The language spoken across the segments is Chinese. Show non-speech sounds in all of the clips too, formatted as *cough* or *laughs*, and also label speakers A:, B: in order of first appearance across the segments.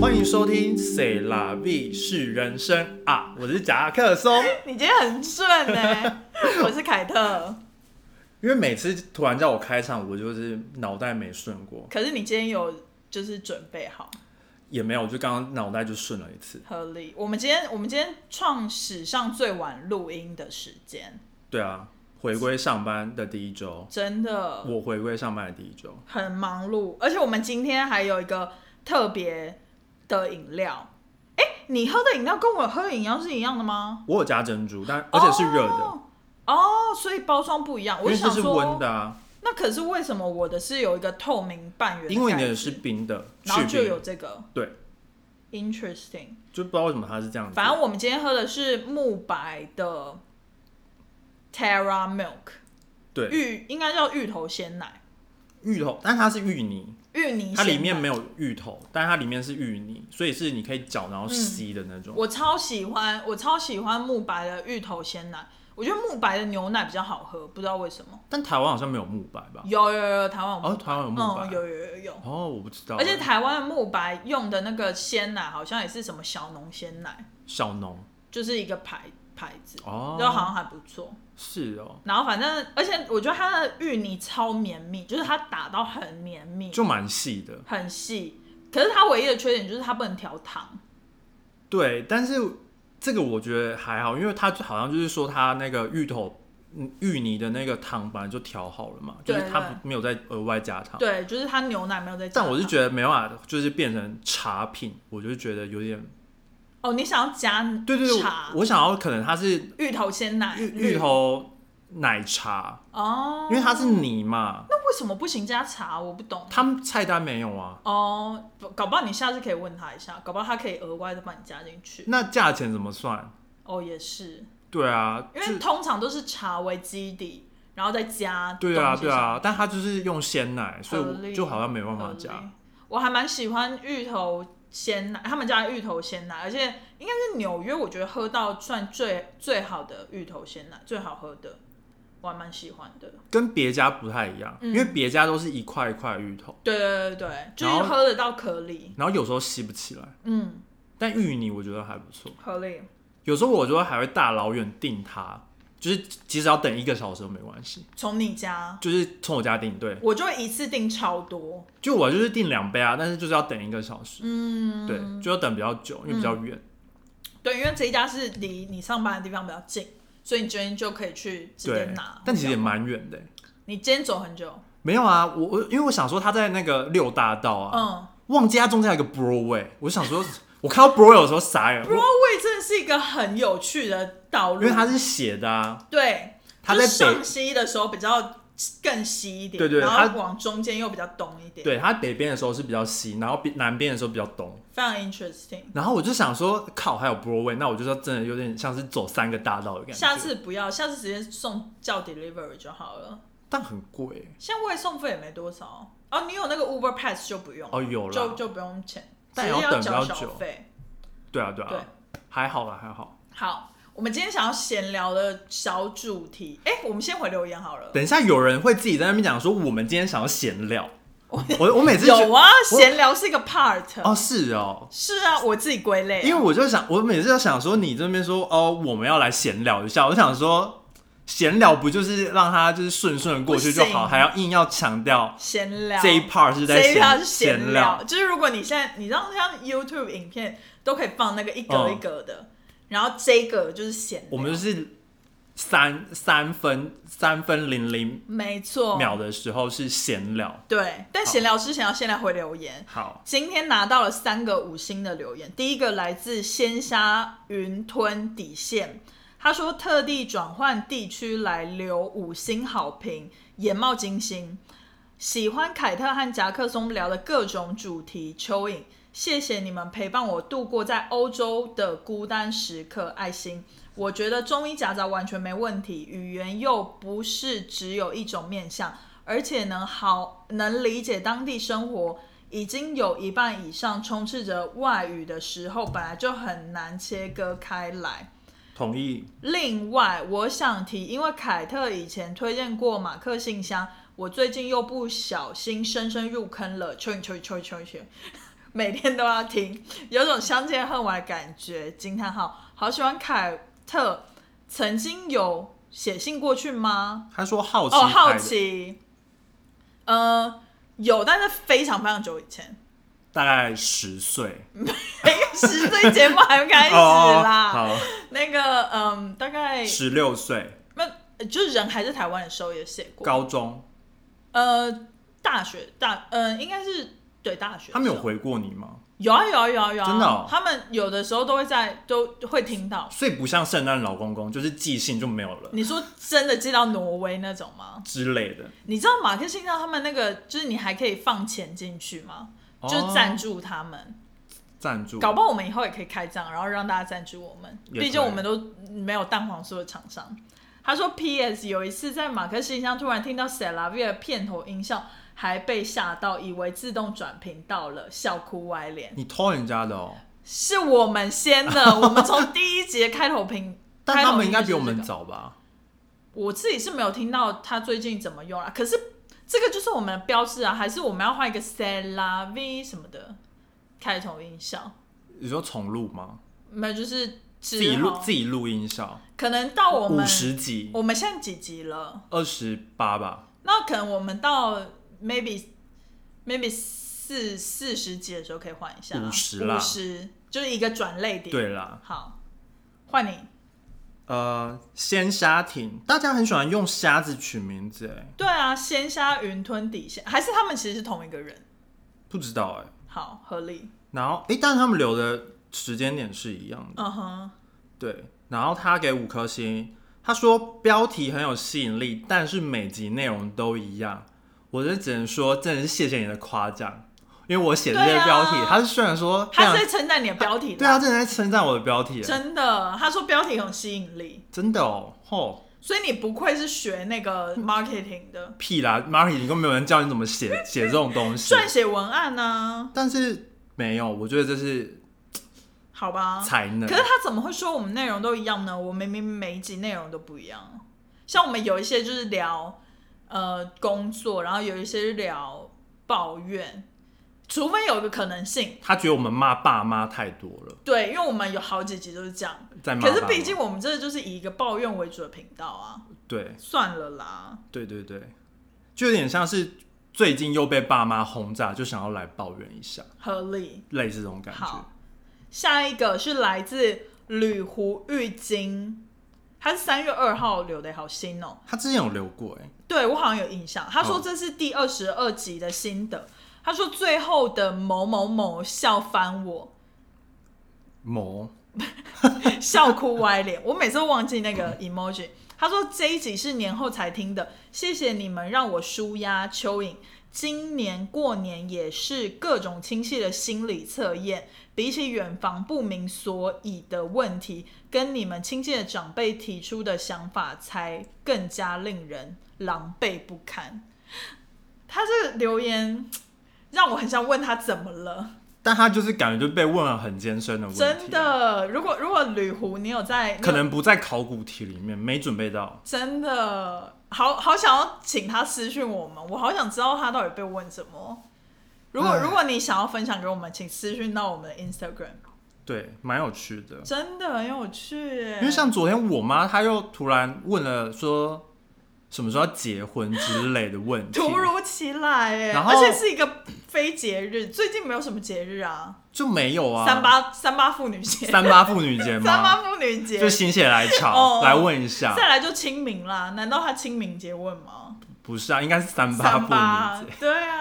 A: 欢迎收听《谁啦 V 是人生》啊，我是夹克松。
B: 你今天很顺哎、 *laughs* 我是凯特，
A: 因为每次突然叫我开场，我就是脑袋没顺过，
B: 可是你今天有就是准备好
A: 也没有，就刚刚脑袋就顺了一次。
B: 合理。我们今天我们今天创史上最晚录音的时间，
A: 对啊，回归上班的第一周，
B: 真的
A: 我回归上班的第一周，
B: 很忙碌，而且我们今天还有一个特别的饮料。哎、你喝的饮料跟我喝的饮料是一样的吗？
A: 我有加珍珠，但而且是热的，
B: 哦哦，所以包装不一样。
A: 因
B: 我
A: 为
B: 就
A: 这
B: 想
A: 是
B: 说，
A: 温的啊，
B: 那可是为什么我的是有一个透明半圆？
A: 因为你的是，冰的，
B: 然后
A: 去
B: 就
A: 冰
B: 有这个
A: 对，
B: interesting。
A: 就不知道为什么它是这样子。
B: 反正我们今天喝的是慕白的 Terra Milk
A: 对
B: 芋，应该叫芋头鲜奶，
A: 芋头，但它是芋泥，
B: 芋泥。
A: 它里面没
B: 有，
A: 有芋头，但它里面是芋泥，所以是你可以搅
B: 嗯
A: 然后吸的那种。
B: 我超喜欢，我超喜欢慕白的芋头鲜奶。我觉得慕白的牛奶比较好喝，不知道为什么。
A: 但台湾好像没有木白吧？
B: 有有有，台湾有
A: 哦，台湾有木白，
B: 嗯，有有有有。
A: 哦，我不知道。
B: 而且台湾的慕白用的那个鲜奶好像也是什么小农鲜奶，
A: 小农
B: 就是一个牌牌子，
A: 哦，
B: 就好像还不错。
A: 是哦，
B: 然后反正，而且我觉得它的芋泥超绵密，就是它打到很绵密，
A: 就蛮细的。
B: 很细。可是它唯一的缺点就是它不能调糖，
A: 对，但是这个我觉得还好，因为它好像就是说它那个芋头嗯芋泥的那个糖本来就调好了嘛，就
B: 对
A: 是它不没有再额外加糖。
B: 对，就是它牛奶没有在加糖。
A: 哦但我是觉得没办法，就是变成茶品，我就觉得有点
B: 哦，你想要加茶
A: 对对对，我我想要可能它是
B: 芋头鲜奶
A: 芋芋头奶茶，
B: 哦，
A: 因为它是泥嘛，
B: 那为什么不行加茶？我不懂。
A: 他们菜单没有啊。
B: 哦，不搞不好你下次可以问他一下，搞不好他可以额外的帮你加进去。
A: 那价钱怎么算？
B: 哦，也是，
A: 对啊，
B: 因为
A: 就
B: 通常都是茶为基底，然后再加
A: 对啊
B: 东西
A: 对
B: 上
A: 啊，但它就是用鲜奶，所以
B: 合
A: 我
B: 理
A: 就好像没办法
B: 合
A: 加
B: 理。我还蛮喜欢芋头鲜奶，他们家的芋头鲜奶，而且应该是纽约，我觉得喝到算最最好的芋头鲜奶，最好喝的，我还蛮喜欢的。
A: 跟别家不太一样，
B: 嗯
A: 因为别家都是一块一块芋头，
B: 对对对对，就
A: 然
B: 是
A: 后
B: 喝得到颗粒，
A: 然后有时候吸不起来，
B: 嗯，
A: 但芋泥我觉得还不错。
B: 颗粒。
A: 有时候我就会还会大老远订它，就是即使要等一个小时都没关系，
B: 从你家，
A: 就是从我家订。对，
B: 我就会一次订超多，
A: 就我就是订两杯啊，但是就是要等一个小时，
B: 嗯，
A: 对，就要等比较久，因为比较远。
B: 对，因为这一家是离你上班的地方比较近，所以你今天就可以去直接
A: 对
B: 拿。，
A: 但其实也蛮远的欸、
B: 你今天走很久，
A: 没有啊，我我因为我想说它在那个六大道啊，
B: 嗯，
A: 忘记它中间有一个 Broadway，我想说， *laughs* 我看到 Broadway 有时候傻眼，我
B: Broadway 真的是一个很有趣的道
A: 因
B: 路，
A: 为它是斜的啊，
B: 对，
A: 它
B: 就
A: 在
B: 是
A: 北
B: 上，西的时候比较更西一点，
A: 对对
B: 然
A: 它
B: 后往中间又比较东一点，，
A: 对，它北边的时候是比较西，然后比南边的时候比较东，
B: 非常 interesting。
A: 然后我就想说，靠，还有 Broadway，那我就说真的有点像是走三个大道的感觉，
B: 下，次不要，下次直接送叫 delivery 就好了。
A: 但很贵
B: 现在外送费也没多少哦，你有那个 Uber Pass 就不用，
A: 哦，有
B: 就
A: 了，
B: 就不用钱，
A: 但
B: 只
A: 也
B: 是
A: 要等比
B: 交
A: 较
B: 小
A: 久
B: 费。
A: 对啊对
B: 对
A: 啊，还好啦还好，
B: 好，我们今天想要闲聊的小主题，哎、我们先回留言好了。
A: 等一下有人会自己在那边讲说我们今天想要闲
B: *laughs*
A: 聊，我我每次觉
B: 有啊，
A: 我
B: 闲聊是一个 part，、
A: 哦是哦，
B: 是啊，我自己归类啊、
A: *laughs* 因为我就想，我每次都想说，你这边说哦，我们要来闲聊一下，我想说，闲聊不就是让它就是顺顺过去就
B: 不
A: 好，
B: 行
A: 还要硬要强调
B: 闲聊
A: 这一 part 是在
B: 这一条是
A: 闲
B: 闲聊，，就是如果你现在你知道像 YouTube 影片都可以放那个一格一格的，然后这个就是闲聊，
A: 嗯我们就是三三分三分零零
B: 没错，
A: 秒的时候是闲聊。
B: 对。但
A: 好
B: 闲聊之前要先来回留言。
A: 好，
B: 今天拿到了三个五星的留言，第一个来自鲜虾云吞底线，他说特地转换地区来留五星好评，眼冒金星，喜欢凯特和夹克松聊的各种主题蚯蚓，谢谢你们陪伴我度过在欧洲的孤单时刻，爱心。我觉得中医夹杂完全没问题，语言又不是只有一种面向，而且能好能理解当地生活，已经有一半以上充斥着外语的时候，本来就很难切割开来。
A: 同意。
B: 另外，我想提，因为凯特以前推荐过马克信箱，我最近又不小心深深入坑了，求求求求求， *laughs* 每天都要听，有种相见恨晚的感觉。惊叹号，好喜欢凯特，曾经有写信过去吗？
A: 他说好奇
B: 哦，好
A: 牌的，
B: 奇，呃，有，但是非常非常久以前，哎
A: 大概十岁
B: 十岁节目还没开始啦。
A: 哦、
B: 那个，嗯，大概
A: 好，十六岁，
B: 那就是人还在台湾的时候也写过，
A: 高中，
B: 呃，大学大，呃，应该是对大学的时候，
A: 他们有回过你吗？
B: 有啊有啊有啊有啊，
A: 真的哦
B: 他们有的时候都会在都会听到。
A: 所以不像圣诞老公公，就是寄信就没有了
B: 你说真的寄到挪威那种吗？
A: 之类的，
B: 你知道马克信箱他们那个，就是你还可以放钱进去吗？就
A: 哦
B: 赞助他们。
A: 赞助，
B: 搞不好我们以后也可以开这样，然后让大家赞助我们。
A: 也可以
B: 毕竟我们都没有蛋黄酥的厂商。他说：“P.S. 有一次在马克信箱突然听到 c e l a v i a 片头音效，还被吓到，以为自动转频道了，笑哭歪脸。
A: 你偷人家的哦，
B: 是我们先的，我们从第一节开头频，
A: *laughs* 但他
B: 开头
A: 们应
B: 音
A: 该比我
B: 就是
A: 们
B: 这个。
A: 早吧？
B: 我自己是没有听到他最近怎么用啊，可是这个就是我们的标志啊，还是我们要换一个 c e l a v i 什么的开头音效？
A: 你说重录吗？
B: 没有，就是自
A: 自己录自己录音效，
B: 可能到我
A: 五
B: 们
A: 十集，
B: 我们现在几集了？
A: 二十八吧，
B: 那可能我们到 maybe maybe 四四十集的时候可以换一下啊，
A: 50啦
B: 五十就是一个转类点。，
A: 对啦，
B: 好，换你。
A: 呃，鲜虾艇，大家很喜欢用虾子取名字，哎，
B: 对啊，鲜虾云吞底线，还是他们其实是同一个人？
A: 不知道哎，
B: 好，合理。
A: 然后哎，但是他们留的时间点是一样的。
B: 嗯哼，
A: 对，然后他给五颗星，他说标题很有吸引力，但是每集内容都一样，我就只能说真的是谢谢你的夸奖，因为我写的这些
B: 对啊
A: 标题，他是虽然说非
B: 他
A: 常
B: 是在称赞你的标题啦
A: 啊对啊，正在称赞我的标题，
B: 真的，他说标题很有吸引力，
A: 真的哦，吼
B: 所以你不愧是学那个 marketing 的，
A: 屁啦 m a r k y 你都没有人教你怎么写写这种东
B: *laughs*
A: 西，
B: 撰写文案啊呢、
A: 但是没有，我觉得这是
B: 好吧？
A: 才能
B: 可，是他怎么会说我们内容都一样呢？我明明每一集内容都不一样。像我们有一些就是聊呃工作，然后有一些是聊抱怨，除非有一个可能性，
A: 他觉得我们骂爸妈太多了，
B: 对，因为我们有好几集都是这样。
A: 在骂
B: 可
A: 爸妈，
B: 是毕竟我们这就是以一个抱怨为主的频道啊，
A: 对
B: 算了啦。
A: 对对对，就有点像是最近又被爸妈轰炸，就想要来抱怨一下，
B: 合理。
A: 类似这种感觉
B: 好。，下一个是来自吕湖浴巾，他是三月二号留的，好新哦。
A: 他之前有留过、欸，哎，
B: 对我好像有印象。他说
A: 嗯
B: 这是第二十二集的心得。他说最后的某某某笑翻我，
A: 某
B: 笑哭歪脸。我每次都忘记那个 emoji。他说这一集是年后才听的，谢谢你们让我舒压蚯蚓。今年过年也是各种亲戚的心理测验，比起远房不明所以的问题，跟你们亲戚的长辈提出的想法才更加令人狼狈不堪。他这个留言让我很想问他怎么了。
A: 但他就是感觉就被问了很艰深的问题，啊
B: 真，的，如果如果吕湖你有在，你有
A: 可能不在考古题里面，没准备到。
B: 真的好好想要请他私讯我们，我好想知道他到底被问什么。如果
A: 唉
B: 如果你想要分享给我们，请私讯到我们的 Instagram。
A: 对，蛮有趣的。
B: 真的很有趣耶，
A: 因为像昨天我妈，她又突然问了说什么时候要结婚之类的问题，
B: 突如其来耶，
A: 然后
B: 而且是一个非节日，最近没有什么节日啊，
A: 就没有啊。
B: 三八三八妇女节，
A: 三八妇女节
B: *laughs*
A: 吗？
B: 三八妇女节
A: 就，心血来
B: 哦
A: 潮来问一下，
B: 再来就清明啦，难道他清明节问吗？
A: 不是啊，应该是三八
B: 三
A: 妇
B: 八
A: 女节。，
B: 对啊，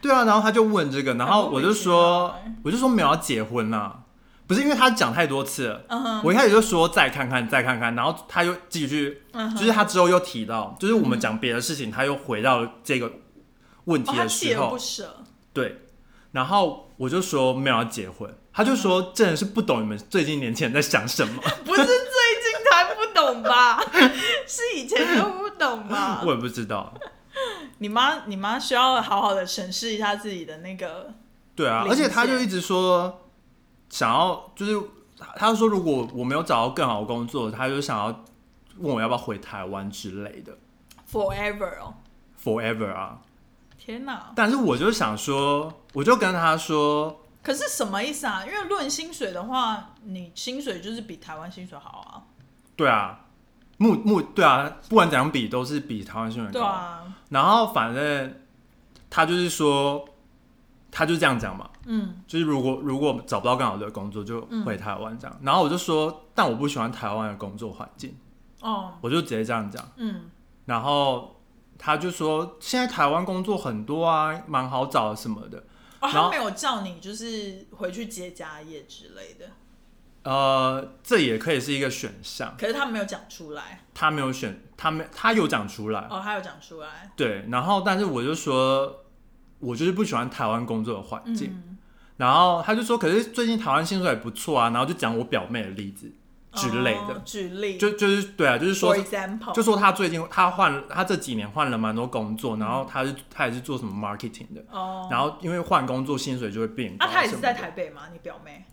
A: 对啊，然后他就问这个，然后我就说
B: 很莫名其妙欸，
A: 我就说没有要结婚啦、不是因为他讲太多次了。
B: 嗯哼，
A: 我一开始就说再看看，再看看，然后他又继续，
B: 嗯哼
A: 就是他之后又提到，就是我们讲别的事情，他又回到这个问
B: 哦
A: 题
B: 他
A: 的
B: 锲
A: 时
B: 而
A: 候
B: 不，舍，
A: 对，然后我就说没有要结婚，他就说真的是不懂你们最近年轻人在想什么，？
B: 不是最近才不懂吧？ *laughs* 是以前都不懂吧
A: *laughs* 我也不知道，
B: 你妈，你妈需要好好的审视一下自己的那个，
A: 对啊，
B: 理
A: 而且他
B: 解
A: 就一直说想要，就是他就说如果我没有找到更好的工作，他就想要问我要不要回台湾之类的
B: forever 哦，
A: ，forever 啊。
B: 天哪！
A: 但是我就想说，我就跟他说，
B: 可是什么意思啊？因为论薪水的话，你薪水就是比台湾薪水好啊。
A: 对啊，目目对啊，不管怎样比都是比台湾新人高。
B: 对啊，
A: 然后反正他就是说，他就这样讲嘛，
B: 嗯，
A: 就是如果如果找不到更好的工作，就回台湾这样。然后我就说，但我不喜欢台湾的工作环境，
B: 哦，
A: 我就直接这样讲。
B: 嗯，
A: 然后他就说，现在台湾工作很多啊，蛮好找的什么的。
B: 哦，
A: 然
B: 他
A: 后
B: 没有叫你就是回去接家业之类的，
A: 呃，这也可以是一个选项。
B: 可是他没有讲出来。
A: 他没有选，他没他有讲出来，
B: 哦，他有讲出来。
A: 对。然后但是我就说，我就是不喜欢台湾工作的环境。
B: 嗯，
A: 然后他就说，可是最近台湾薪水也不错啊，然后就讲我表妹的例子之类的，
B: 哦举例，
A: 就就是对啊，就是说
B: For example，
A: 就说他最近他换他这几年换了蛮多工作，然后他是他也是做什么 marketing 的，
B: 嗯哦，
A: 然后因为换工作薪水就会变高
B: 啊，
A: 什么的。
B: 他也是在台北吗？你表妹？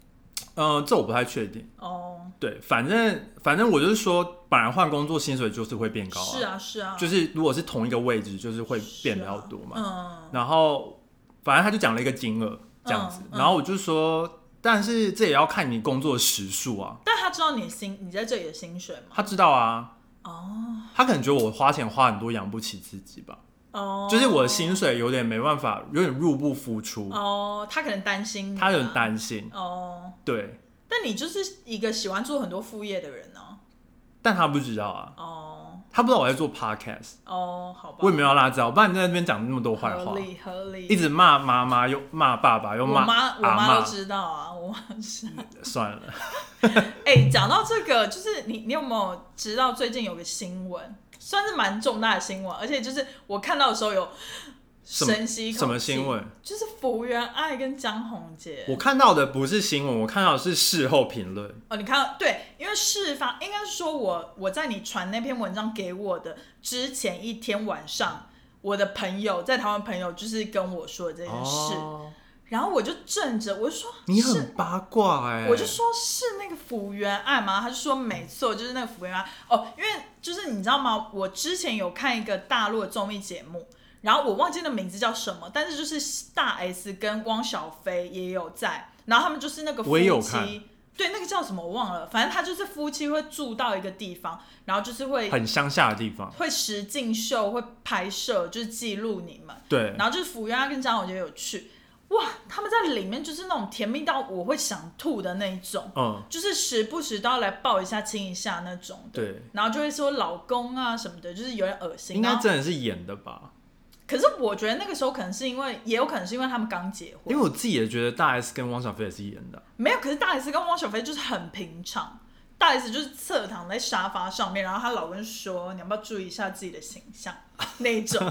A: 呃，这我不太确定。
B: 哦，
A: 对，反正反正我就是说，本来换工作薪水就是会变高、
B: 是啊，是啊，
A: 就是如果是同一个位置，就是会变比
B: 是啊
A: 较多嘛。
B: 嗯，
A: 然后反正他就讲了一个金额这样子，
B: 嗯嗯
A: 然后我就说，但是这也要看你工作时数啊。
B: 但他知道你薪，你在这里的薪水吗？
A: 他知道啊，
B: 哦
A: 他可能觉得我花钱花很多养不起自己吧，
B: 哦，
A: 就是我的薪水有点没办法，有点入不敷出，
B: 哦，他可能担心你啊，
A: 他有点担心。
B: 哦。
A: 对，
B: 但你就是一个喜欢做很多副业的人呢、
A: 但他不知道啊，
B: 哦
A: 他不知道我在做 podcast，
B: 哦，好吧，
A: 我也没有让他知道，不然你在那边讲那么多坏话
B: 合，理合理，
A: 一直骂妈妈又骂爸爸又
B: 我
A: 骂
B: 妈我妈
A: 阿
B: 都
A: 嬷，嗯
B: 知道啊，我妈知道。
A: 算了，
B: 哎、讲到这个，就是你你有没有知道最近有个新闻，算是蛮重大的新闻，而且就是我看到的时候有
A: 什么
B: 深吸一口
A: 什么
B: 气
A: 新闻？
B: 就是福原爱跟张宏杰。
A: 我看到的不是新闻，我看到的是事后评论。
B: 哦，你看，对，因为事发应该是说我我在你传那篇文章给我的之前一天晚上，我的朋友在台湾朋友就是跟我说这件事，
A: 哦，
B: 然后我就正着，我就说
A: 你
B: 是
A: 很八卦哎、
B: 我就说是那个福原爱吗？他就说没错，就是那个福原爱。哦，因为就是你知道吗？我之前有看一个大陆的综艺节目，然后我忘记那名字叫什么，但是就是大 S 跟汪小菲也有在，然后他们就是那个夫
A: 我也有看
B: 妻。对，那个叫什么我忘了，反正他就是夫妻会住到一个地方，然后就是会
A: 很乡下的地方，
B: 会实境秀，会拍摄，就是记录你们。
A: 对，
B: 然后就是福原爱跟张小杰有去，哇，他们在里面就是那种甜蜜到我会想吐的那一种，
A: 嗯，
B: 就是时不时都要来抱一下、亲一下那种的。
A: 对，
B: 然后就会说老公啊什么的，就是有点恶心。
A: 应该
B: 然后
A: 真的是演的吧？
B: 可是我觉得那个时候可能是因为，也有可能是因为他们刚结
A: 因为
B: 婚，
A: 我自己也觉得大 S 跟汪小菲也是演的，
B: 没有。可是大 S 跟汪小菲就是很平常，大 S 就是侧躺在沙发上面，然后她老公说你要不要注意一下自己的形象 *laughs* 那一种，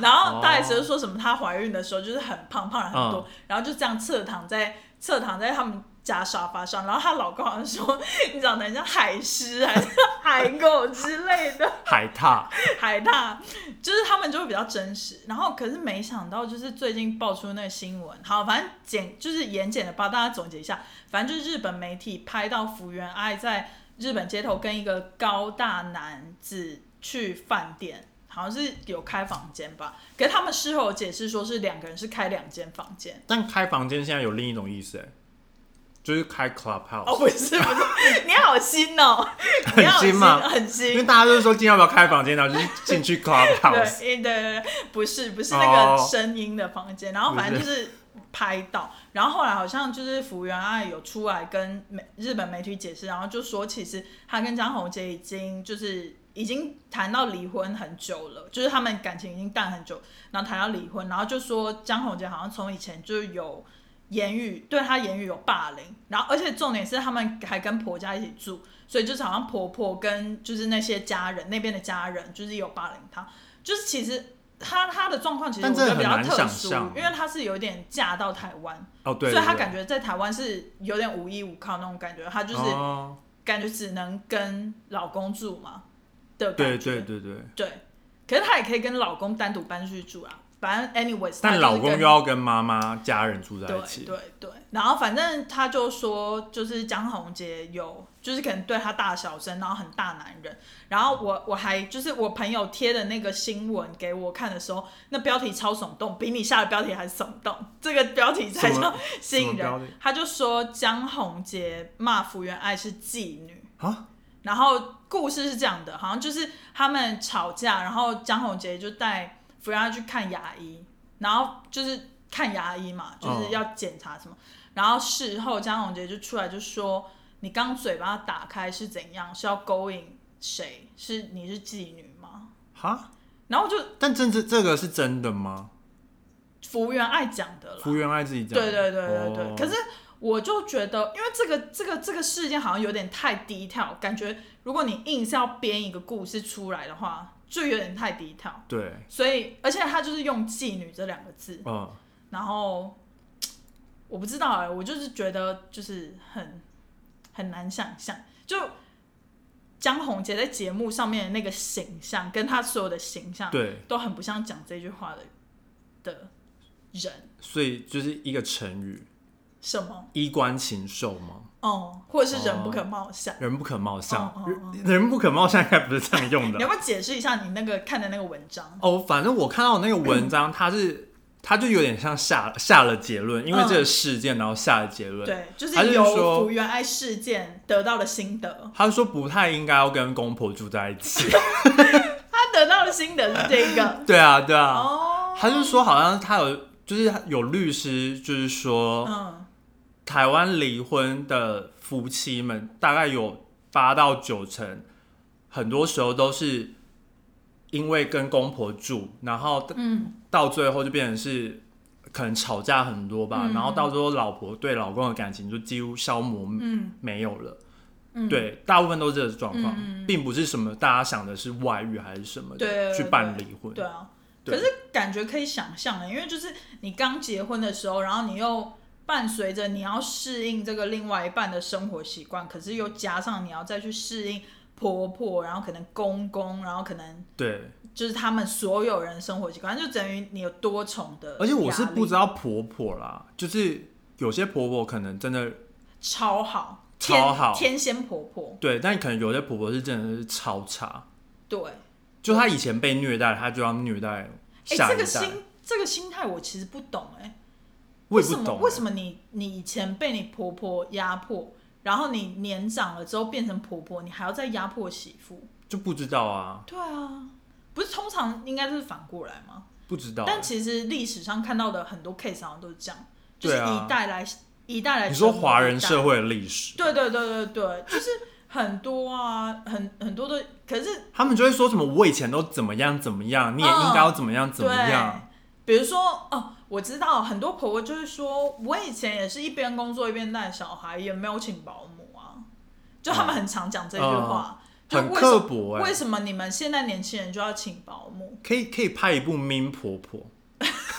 B: 然后大 S 就说什么她怀孕的时候就是很胖胖了很多，
A: 嗯
B: 然后就这样侧躺在侧躺在他们。家沙发上，然后她老公好像说你长得很像海狮还是海狗之类的，
A: 海獭，
B: *laughs* 海大，就是他们就会比较真实。然后可是没想到，就是最近爆出那个新闻，好，反正简就是严简的帮大家总结一下，反正就是日本媒体拍到福原爱在日本街头跟一个高大男子去饭店。好像是有开房间吧，可是他们事后有解释说是两个人是开两间房间，
A: 但开房间现在有另一种意思、哎，就是开
B: 哦
A: clubhouse，、
B: 不是
A: *laughs*
B: 不是，你好新哦，你好
A: 很新吗
B: 很
A: 因为
B: 新，
A: 大家都是说今天要不要开房间，然后就是进去 clubhouse，
B: *laughs* 对，对对对，不是不是那个
A: 哦
B: 声音的房间，然后反正就是拍到，然后后来好像就是福原爱有出来跟美日本媒体解释，然后就说其实她跟张宏杰已经就是已经谈到离婚很久了，就是他们感情已经淡很久，然后谈到离婚，然后就说张宏杰好像从以前就有。言语对她言语有霸凌，然后而且重点是他们还跟婆家一起住，所以就是好像婆婆跟就是那些家人那边的家人就是有霸凌她，就是其实她她的状况其实
A: 但
B: 我觉得
A: 这
B: 比
A: 很
B: 较
A: 难
B: 特
A: 想
B: 殊，
A: 象
B: 因为她是有点嫁到台湾，
A: 哦对，
B: 所以她
A: 对
B: 感觉在台湾是有点无依无靠那种感觉，她就是
A: 哦
B: 感觉只能跟老公住嘛的
A: 对
B: 感觉，
A: 对对对，
B: 对可是她也可以跟老公单独搬出去住啊，反正 anyways，她
A: 但
B: 就是
A: 老公
B: 跟
A: 又要跟妈妈家人住在
B: 对
A: 一起，
B: 对对，然后反正他就说，就是江宏杰有，就是可能对他大小声，然后很大男人。然后我我还就是我朋友贴的那个新闻给我看的时候，那标题超耸动，比你下的标题还耸动，这个标题才
A: 什么
B: 叫吸引
A: 什么标题
B: 人。他就说江宏杰骂福原爱是妓女。
A: 啊，
B: 然后故事是这样的，好像就是他们吵架，然后江宏杰就带福原爱去看牙医，然后就是看牙医嘛，就是要检查什么。然后事后江宏杰就出来就说：“你刚嘴巴打开是怎样？是要勾引谁？是你是妓女吗
A: 哈，？”
B: 然后就
A: 但这这这个是真的吗？
B: 福原爱讲的啦，
A: 福原爱自己讲的，
B: 对对对对对。
A: 哦
B: 可是我就觉得，因为这个这个这个事件好像有点太低调，感觉如果你硬是要编一个故事出来的话，就有点太低调。
A: 对，
B: 所以，而且他就是用“妓女”这两个字，
A: 嗯，
B: 然后我不知道哎、我就是觉得就是很很难想象，就江宏杰在节目上面的那个形象，跟他所有的形象
A: 对，
B: 都很不像讲这句话的的人，
A: 所以就是一个成语
B: 什么？
A: “衣冠禽兽”吗？
B: 哦，或者是人不可貌相。
A: 人不可貌相，
B: 哦哦哦
A: 人人不可貌相应该不是这样用
B: 你要
A: 的。
B: 不要解释一下你那个看的那个文章？
A: 哦，反正我看到那个文
B: *clears throat*
A: 章，它是它就有点像下下了结论，因为这个事件然后下了结论。
B: 嗯对，就
A: 还
B: 是
A: 是
B: 由
A: 说
B: 福原爱事件得到的心得。
A: 他说不太应该要跟公婆住在一起。 *laughs*
B: 他得到的心得是这个
A: 对啊，对啊。
B: 哦，
A: 他就说 *laughs* 好像他有就是有律师，就是说、
B: 嗯，
A: 台湾离婚的夫妻们大概有八到九成，很多时候都是因为跟公婆住，然后
B: 嗯
A: 到最后就变成是可能吵架很多吧，
B: 嗯
A: 然后到最后老婆对老公的感情就几乎消磨
B: 嗯
A: 没有了。
B: 嗯，
A: 对，大部分都是这个状况，
B: 嗯嗯嗯
A: 并不是什么大家想的是外遇还是什么的
B: 对对对
A: 去办离婚。
B: 对啊。
A: 嗯对
B: 可是感觉可以想象的，因为就是你刚结婚的时候，然后你又伴随着你要适应这个另外一半的生活习惯，可是又加上你要再去适应婆婆，然后可能公公，然后可能
A: 对，
B: 就是他们所有人生活习惯，就等于你有多重的压力，
A: 而且我是不知
B: 道
A: 道婆婆啦，就是有些婆婆可能真的
B: 超好，
A: 超
B: 天
A: 好
B: 天仙婆婆，
A: 对，但可能有些婆婆是真的是超差，
B: 对，
A: 就她以前被虐待，她就要虐待
B: 哎、
A: 下
B: 这
A: 一
B: 个
A: 代。
B: 心这个心态我其实不懂、哎，
A: 我
B: 为
A: 也
B: 什
A: 不
B: 么
A: 懂啊
B: 为什么你你以前被你婆婆压迫，然后你年长了之后变成婆婆，你还要再压迫媳妇？
A: 就不知道啊，哦
B: 对啊，不是通常应该都是反过来吗？
A: 不知道。啊
B: 但其实历史上看到的很多 case 好像都是这样，就是
A: 对啊
B: 一代来、一代来
A: 你
B: 折
A: 说
B: 磨一代。
A: 华人社会的历史，
B: 对对对对对，就是很多啊，很很多的，可是
A: 他们就会说什么我以前都怎么样怎么样，你也应该要怎么样怎
B: 对
A: 么样。，
B: 比如说哦，我知道很多婆婆就是说，我以前也是一边工作一边带小孩，也没有请保姆啊，就他们很常讲这句话，就
A: 哦很
B: 为什
A: 刻
B: 么
A: 薄哎、
B: 为什么你们现在年轻人就要请保姆
A: 可以可以拍一部《明婆婆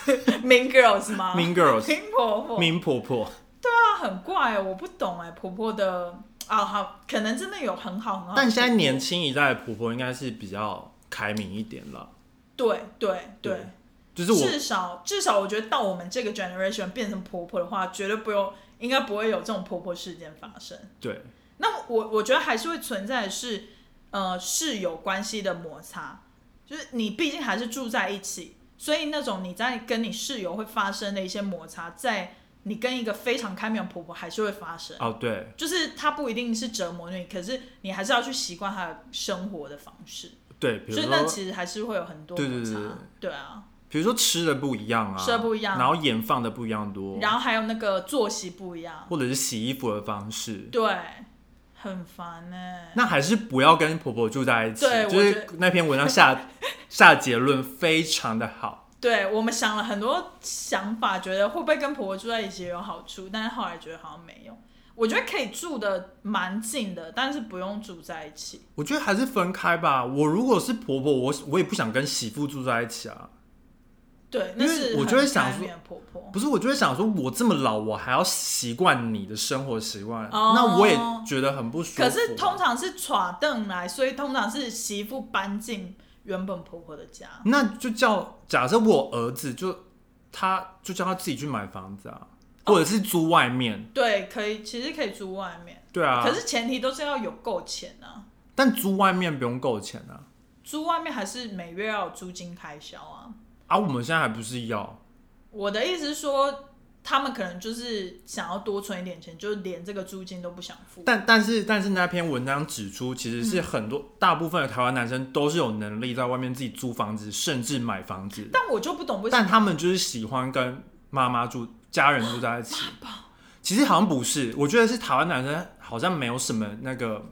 B: ？Mean Girls 吗》
A: （Mean Girls），
B: *laughs* Mean 婆啊婆，
A: 明婆婆
B: 那很怪，我不懂哎，婆婆的啊，好，可能真的有很好很好，
A: 但现在年轻一代的婆婆应该是比较开明一点了，
B: 对对对
A: 对。就是我
B: 至少至少，我觉得到我们这个 generation 变成婆婆的话，绝对不用，应该不会有这种婆婆事件发生。
A: 对
B: 那我我觉得还是会存在的是，呃，室友关系的摩擦，就是你毕竟还是住在一起，所以那种你在跟你室友会发生的一些摩擦，在你跟一个非常开明的婆婆还是会发生。
A: 哦对，
B: 就是她不一定是折磨你，可是你还是要去习惯她的生活的方式，
A: 对，比如
B: 所以那
A: 说
B: 其实还是会有很多
A: 对
B: 摩
A: 对
B: 擦。
A: 对对
B: 对啊，
A: 比如说吃的不一样啊，
B: 吃的不一样
A: 然后盐放的不一样多，
B: 然后还有那个作息不一样，
A: 或者是洗衣服的方式，
B: 对，很烦欸呢、
A: 那还是不要跟婆婆住在一起。
B: 对
A: 就
B: 我觉
A: 是那篇文章
B: *laughs*
A: 下下结论非常的好，
B: 对我们想了很多想法，觉得会不会跟婆婆住在一起也有好处，但是后来觉得好像没有。我觉得可以住的蛮近的，但是不用住在一起。
A: 我觉得还是分开吧。我如果是婆婆，我我也不想跟媳妇住在一起啊。
B: 对，
A: 因为
B: 那是
A: 我
B: 很
A: 就会想
B: 开
A: 说
B: 明的婆婆，
A: 不是，我就会想说，我这么老，我还要习惯你的生活习惯，
B: 哦
A: 那我也觉得很不舒服。啊
B: 可是通常是耍凳来，所以通常是媳妇搬进原本婆婆的家。
A: 那就叫假设我儿子就他就叫他自己去买房子啊，
B: 哦
A: 或者是租外面。
B: 对，可以，其实可以租外面，
A: 对啊，
B: 可是前提都是要有够钱啊。
A: 但租外面不用够钱啊！
B: 租外面还是每月要有租金开销啊。
A: 啊，我们现在还不是要
B: 我的意思是说，他们可能就是想要多存一点钱，就是连这个租金都不想付。
A: 但但是但是那篇文章指出，其实
B: 嗯
A: 是很多、大部分的台湾男生都是有能力在外面自己租房子，甚至买房子，
B: 但我就不懂为什
A: 但
B: 么
A: 他们就是喜欢跟妈妈住、家人住在一起。其实好像不是，我觉得是台湾男生好像没有什么那个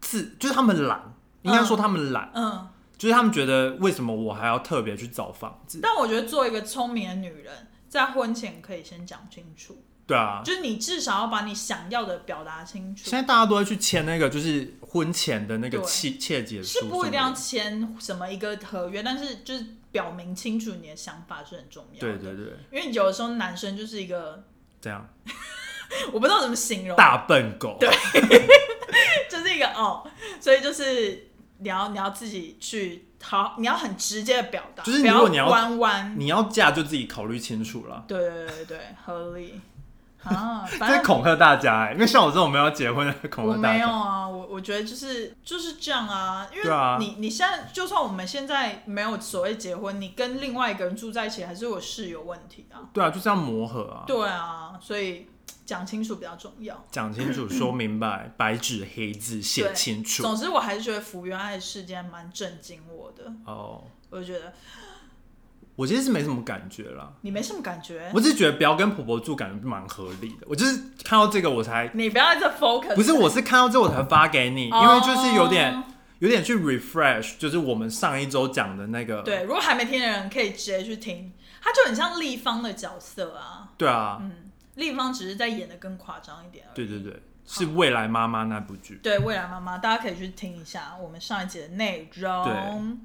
A: 自，就是他们懒，应该说他们懒，
B: 嗯，
A: 就是他们觉得为什么我还要特别去找房子？
B: 但我觉得做一个聪明的女人，在婚前可以先讲清楚，
A: 对啊，
B: 就是你至少要把你想要的表达清楚
A: 现，在大家都会去签那个就是婚前的那个
B: 对
A: 切切结书
B: 是
A: 什么的，
B: 不一定要签什么一个合约，但是就是表明清楚你的想法是很重要
A: 对
B: 的。
A: 对对，
B: 因为有的时候男生就是一个，
A: 这样
B: 我不知道怎么形容，啊
A: 大笨狗，对
B: 就是一个哦，所以就是你要你要自己去好，你要很直接的表达，
A: 就是
B: 不
A: 如果你要
B: 弯弯，
A: 你要嫁就自己考虑清楚了。
B: 对对对对，合理
A: *laughs*
B: 啊，反
A: 在
B: 正
A: 恐吓大家、欸，因为像我这种没有结婚的恐
B: 我
A: 吓大
B: 没有
A: 家，
B: 啊，我我觉得就是就是这样啊，因为你、
A: 对啊
B: 你现在就算我们现在没有所谓结婚，你跟另外一个人住在一起，还是有室友问题啊。
A: 对啊，就是要磨合啊，
B: 对啊，所以讲清楚比较重要。
A: 讲清楚、说明白，白纸黑字写
B: 对
A: 清楚。
B: 总之，我还是觉得福原爱事件蛮震惊我的，
A: 哦，
B: 我就觉得
A: 我其实是没什么感觉啦，
B: 你没什么感觉，
A: 我只是觉得不要跟婆婆住，感觉蛮合理的。我就是看到这个我才，
B: 你不要在这 focus。
A: 不是我是看到这我才发给你，因为
B: 哦
A: 就是有点有点去 refresh，就是我们上一周讲的那个，
B: 对，如果还没听的人可以直接去听，他就很像立方的角色啊，
A: 对啊，
B: 嗯，立方只是在演的更夸张一点而已。
A: 对对对，是未来妈妈那部剧。
B: 对未来妈妈，大家可以去听一下我们上一集的内容。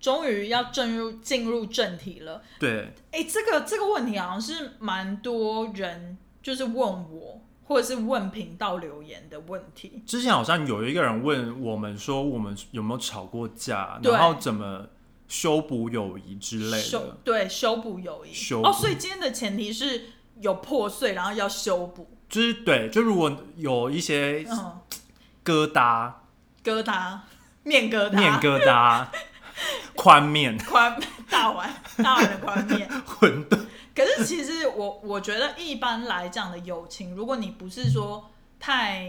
B: 终于要进入进入正题了。
A: 对，
B: 哎，这个这个问题好像是蛮多人就是问我，或者是问频道留言的问题。
A: 之前好像有一个人问我们说，我们有没有吵过架，
B: 对
A: 然后怎么修补友谊之类
B: 修
A: 的。
B: 对修补友谊
A: 修
B: 哦，
A: 补
B: 所以今天的前提是有破碎，然后要修补。
A: 就是对，就如果有一些
B: 嗯，
A: 疙瘩、
B: 疙瘩面疙瘩
A: 面疙瘩、 *laughs* 宽面、
B: 宽大碗大碗的宽面。
A: 馄饨，
B: 可是其实我我觉得一般来讲的友情，如果你不是说太，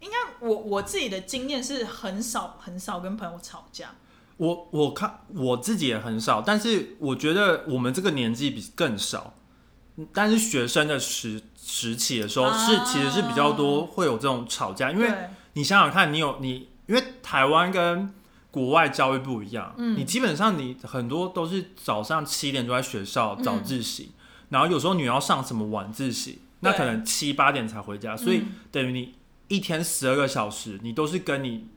B: 应该我我自己的经验是很少很少跟朋友吵架，
A: 我我看我自己也很少，但是我觉得我们这个年纪比更少。但是学生的时时期的时候
B: 啊
A: 是其实是比较多会有这种吵架，因为
B: 对
A: 你想想看，你有你，因为台湾跟国外教育不一样，
B: 嗯
A: 你基本上你很多都是早上七点就在学校
B: 嗯
A: 早自习，然后有时候你要上什么晚自习，那
B: 对
A: 可能七八点才回家，所以
B: 嗯
A: 等于你一天十二个小时，你都是跟你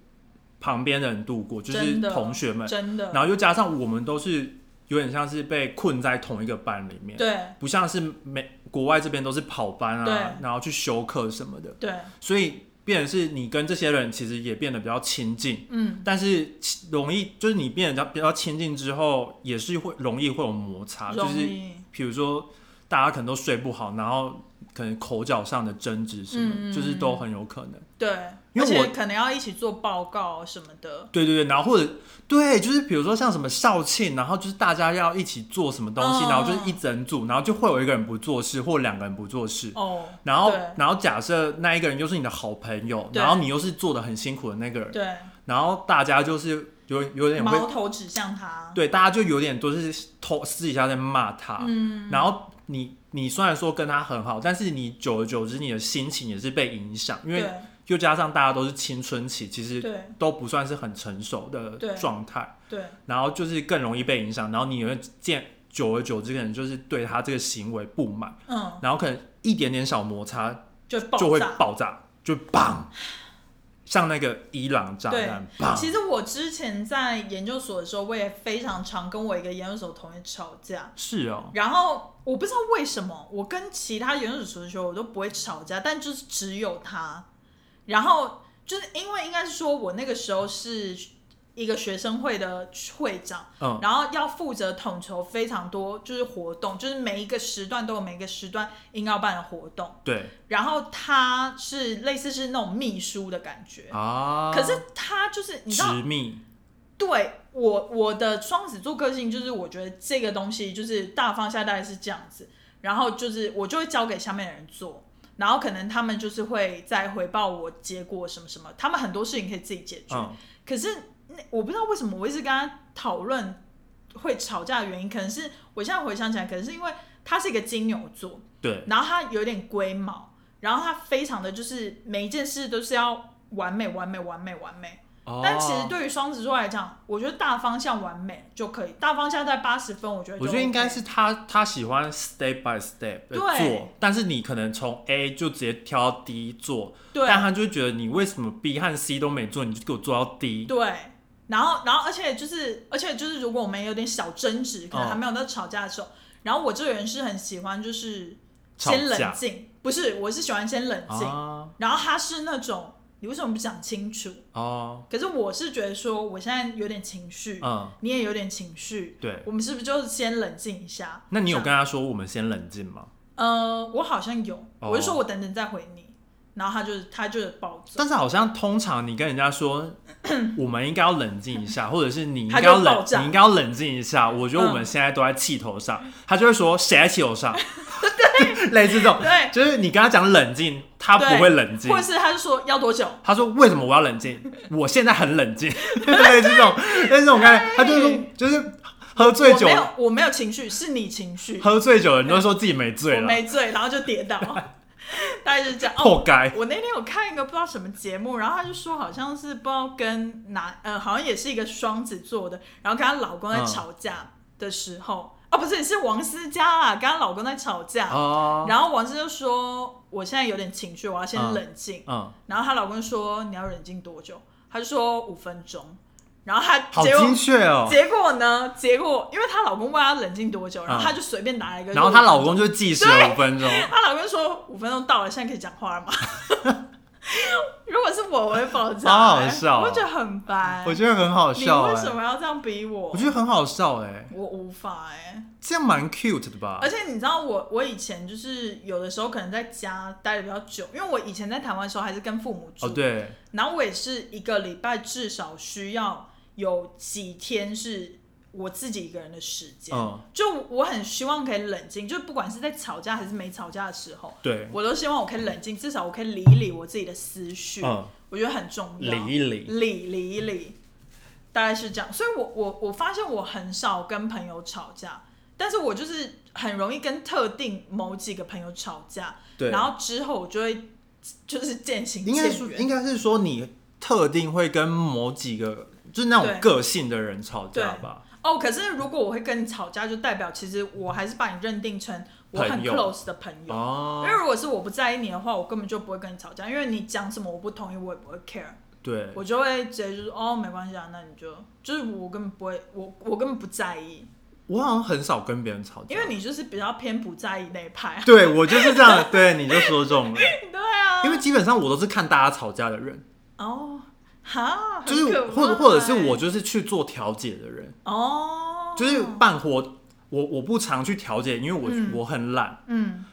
A: 旁边的人度过，就是
B: 真的
A: 同学们，
B: 真的
A: 然后又加上我们都是有点像是被困在同一个班里面，
B: 对
A: 不像是美国外这边都是跑班
B: 对
A: 啊，然后去修课什么的。
B: 对，
A: 所以变成是你跟这些人其实也变得比较亲近，
B: 嗯，
A: 但是亲容易就是你变得比较亲近之后，也是会容易会有摩擦，啊就
B: 容
A: 是
B: 易
A: 比如说大家可能都睡不好，然后可能口角上的争执什么，
B: 嗯嗯
A: 就是都很有可能。
B: 对，
A: 因为
B: 而且
A: 我
B: 可能要一起做报告什么的，
A: 对对对，然后或者对，就是比如说像什么校庆，然后就是大家要一起做什么东西，
B: 嗯
A: 然后就是一整组，然后就会有一个人不做事或两个人不做事，
B: 哦，
A: 然后
B: 对
A: 然后假设那一个人又是你的好朋友，
B: 对
A: 然后你又是做的很辛苦的那个人，
B: 对，
A: 然后大家就是有有点会
B: 矛头指向他，
A: 对，啊大家就有点都是偷私底下在骂他，
B: 嗯，
A: 然后你你虽然说跟他很好，但是你久而久之你的心情也是被影响，因为
B: 对
A: 又加上大家都是青春期，其实
B: 对
A: 都不算是很成熟的
B: 对
A: 状态，
B: 对
A: 然后就是更容易被影响，然后你也会见久而久之可能就是对他这个行为不满，
B: 嗯，
A: 然后可能一点点小摩擦
B: 就爆
A: 就会
B: 炸。
A: 爆炸，就砰，像那个伊朗炸弹， *laughs* 砰。
B: 其实我之前在研究所的时候，我也非常常跟我一个研究所同学吵架。
A: 是哦，
B: 然后我不知道为什么，我跟其他研究所同学我都不会吵架，但就是只有他。然后就是因为应该是说我那个时候是一个学生会的会长，
A: 嗯
B: 然后要负责统筹非常多就是活动，就是每一个时段都有每一个时段应该要办的活动。
A: 对
B: 然后他是类似是那种秘书的感觉，
A: 啊，
B: 可是他就是你知道，
A: 执密
B: 对我我的双子座个性就是，我觉得这个东西就是大方向大概是这样子，然后就是我就会交给下面的人做，然后可能他们就是会再回报我结果什么什么，他们很多事情可以自己解决。
A: 嗯
B: 可是那我不知道为什么我一直跟他讨论会吵架的原因，可能是我现在回想起来，可能是因为他是一个金牛座，
A: 对
B: 然后他有点龟毛，然后他非常的就是每一件事都是要完美完美完美完美。
A: 哦，
B: 但其实对于双子座来讲，我觉得大方向完美就可以，大方向在八十分，我觉得就
A: 我觉得应该
B: OK
A: 是他他喜欢 step by step 地
B: 对
A: 做，但是你可能从 A 就直接挑到 D 做，
B: 对
A: 但他就会觉得你为什么 B 和 C 都没做，你就给我做到 D，
B: 对。然后，然后，而且就是，而且就是，如果我们有点小争执，可能
A: 哦
B: 还没有到吵架的时候，然后我这个人是很喜欢就是
A: 吵
B: 先冷
A: 架
B: 静，不是，我是喜欢先冷静，
A: 啊
B: 然后他是那种你为什么不讲清楚？
A: 哦，
B: 可是我是觉得说我现在有点情绪，
A: 嗯，
B: 你也有点情绪，
A: 对。
B: 我们是不是就先冷静一下？
A: 那你有
B: 这样
A: 跟他说我们先冷静吗？
B: 呃，我好像有，
A: 哦
B: 我就说我等等再回你，然后他就他就暴走，
A: 但是好像通常你跟人家
B: *clears throat*
A: 说我们应该要冷静一下，或者是你应
B: 他
A: 该
B: 就
A: 要
B: 爆
A: 冷，
B: 炸嗯
A: 你应该要冷静一下。我觉得我们现在都在气头上，他就会
B: *laughs*
A: 说谁在气头上？类似这种，
B: 对，
A: 就是你跟他讲冷静，他不
B: 对
A: 会冷静
B: 或者。是他就说要多久？
A: 他说：“为什么我要冷静？我现在很冷
B: *laughs*
A: 静，类似这种，类似这种概念。他就是说，就是喝醉
B: 我
A: 酒
B: 没，有，我没有情绪，是你情绪，
A: 喝醉酒的人都说自己没醉
B: 我
A: 了，
B: 没醉，然后就跌
A: *laughs*
B: 倒，大概就是这样。哦，
A: 活该。
B: 我那天有看一个不知道什么节目，然后他就说好像是不知道跟哪呃，好像也是一个双子座的，然后跟她老公在
A: 嗯
B: 吵架的时候，啊不是是王思佳啊，跟她老公在吵架，
A: 哦，
B: 然后王思就说我现在有点情绪，我要先
A: 嗯
B: 冷静，
A: 嗯，
B: 然后她老公说你要冷静多久？她就说五分钟，然后她
A: 好
B: 结果
A: 精确哦。
B: 结果呢？结果因为她老公问她冷静多久，然
A: 嗯
B: 后她就随便拿了一个，
A: 然后她老公就计时了五分钟，
B: 她老公说五分钟到了，现在可以讲话了吗？ *laughs* 如果是我，我会爆炸、哎
A: 好好笑哦
B: 我会觉得很烦。
A: 我觉得很好
B: 你
A: 笑
B: 为
A: 哎
B: 什。么要这样逼我？
A: 我觉得很好笑哎、
B: 我无法哎、
A: 这样蛮 cute 的吧
B: 而？且你知道我，我以前就是有的时候可能在家待的比较久，因为我以前在台湾的时候还是跟父母住，
A: 哦，对，
B: 然后我也是一个礼拜至少需要有几天是我自己一个人的时间，
A: 嗯，
B: 就我很希望可以冷静，就不管是在吵架还是没吵架的时候，
A: 对，
B: 我都希望我可以冷静，至少我可以理一理我自己的思绪，
A: 嗯，
B: 我觉得很重要。
A: 理一理，
B: 理理一理，大概是这样。所以我我我发现我很少跟朋友吵架，但是我就是很容易跟特定某几个朋友吵架，
A: 对。
B: 然后之后我就会就是渐行
A: 应该
B: 渐
A: 说，
B: 远。
A: 应该是说你特定会跟某几个就是那
B: 对
A: 种个性的人吵架吧？
B: 哦，可是如果我会跟你吵架，就代表其实我还是把你认定成我很
A: 朋友
B: close 的朋友。因
A: 哦
B: 为，如果是我不在意你的话，我根本就不会跟你吵架，因为你讲什么我不同意，我也不会 care。
A: 对，
B: 我就会直接就是哦，没关系啊，那你就就是我根本不会，我我根本不在意，
A: 我好像很少跟别人吵架，
B: 因为你就是比较偏不在意那一派。啊
A: 对我就是这样， *laughs* 对，你就说中了，
B: *laughs* 对啊，
A: 因为基本上我都是看大家吵架的人，
B: 哦，哈，很
A: 就是
B: 可
A: 或者
B: 怕
A: 或者是我
B: 欸
A: 就是去做调解的人，
B: 哦，
A: 就是办活，我我不常去调解，因为我、
B: 嗯
A: 我很懒，
B: 嗯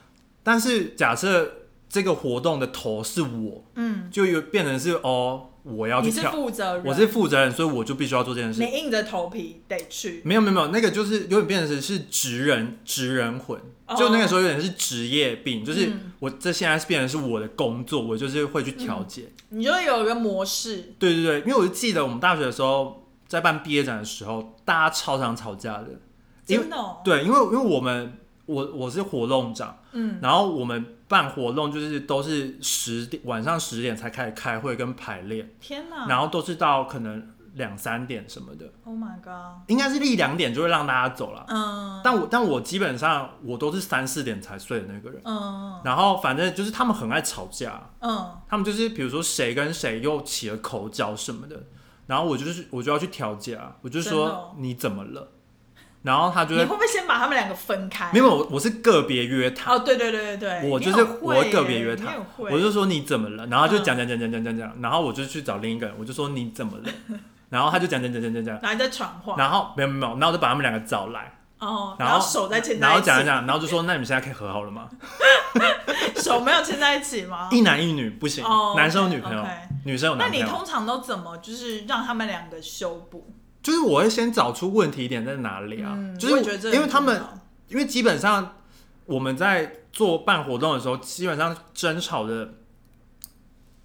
A: 但是假设这个活动的头是我，
B: 嗯，
A: 就有变成是哦，我要去
B: 你是
A: 调，
B: 负责人，
A: 我是负责人，所以我就必须要做这件事
B: 你。硬着头皮得去，
A: 没有没有没有，那个就是有点变成是是职人职人魂
B: 哦，
A: 就那个时候有点是职业病，就是
B: 嗯
A: 我这现在是变成是我的工作，我就是会去调节。
B: 你就会有一个模式，
A: 对对对，因为我就记得我们大学的时候在办毕业展的时候，大家超常吵架的，因为
B: 真的哦，
A: 对，因为因为我们我我是活动长，
B: 嗯
A: 然后我们办活动就是都是十点晚上十点才开始开会跟排练，
B: 天哪
A: 然后都是到可能两三点什么的，
B: ，Oh my god，
A: 应该是一两点就会让大家走了。
B: 嗯
A: 但我但我基本上我都是三四点才睡的那个人，
B: 嗯
A: 然后反正就是他们很爱吵架，
B: 嗯，
A: 他们就是比如说谁跟谁又起了口角什么的，然后我就是我就要去调解啊，我就
B: 真的哦
A: 说你怎么了，然后他就
B: 你
A: 会
B: 会不会先把他们两个分开？
A: 没有我我是个别约他，
B: 哦，对对对对对，
A: 我
B: 你
A: 就是
B: 很
A: 我
B: 会
A: 会个别
B: 耶
A: 约
B: 你
A: 他
B: 很，会嗯
A: 我就说你怎么了，然后他就讲讲讲讲讲讲讲，然后我就去找另一个人，我就说你怎么了，然后他就讲讲讲讲讲讲，
B: 然后你在传话，
A: 然后没有没有，没有然后我就把他们两个找来，
B: 哦，
A: 然
B: 然
A: 后
B: 后手在牵
A: 然
B: 在
A: 后
B: 一起，
A: 讲一讲，然后就说那你们现在可以和好了吗？
B: 手没有牵在一起吗？
A: 一男一女不行
B: 哦，
A: 男生有女朋友
B: OK，OK，
A: 女生有
B: 那
A: 男朋
B: 你
A: 友，
B: 通常都怎么就是让他们两个修补？
A: 就是我会先找出问题点在哪里啊
B: 嗯，，
A: 就是
B: 我也觉得这
A: 因为
B: 很
A: 他们
B: 重要
A: 因为基本上我们在做办活动的时候，基本上争吵的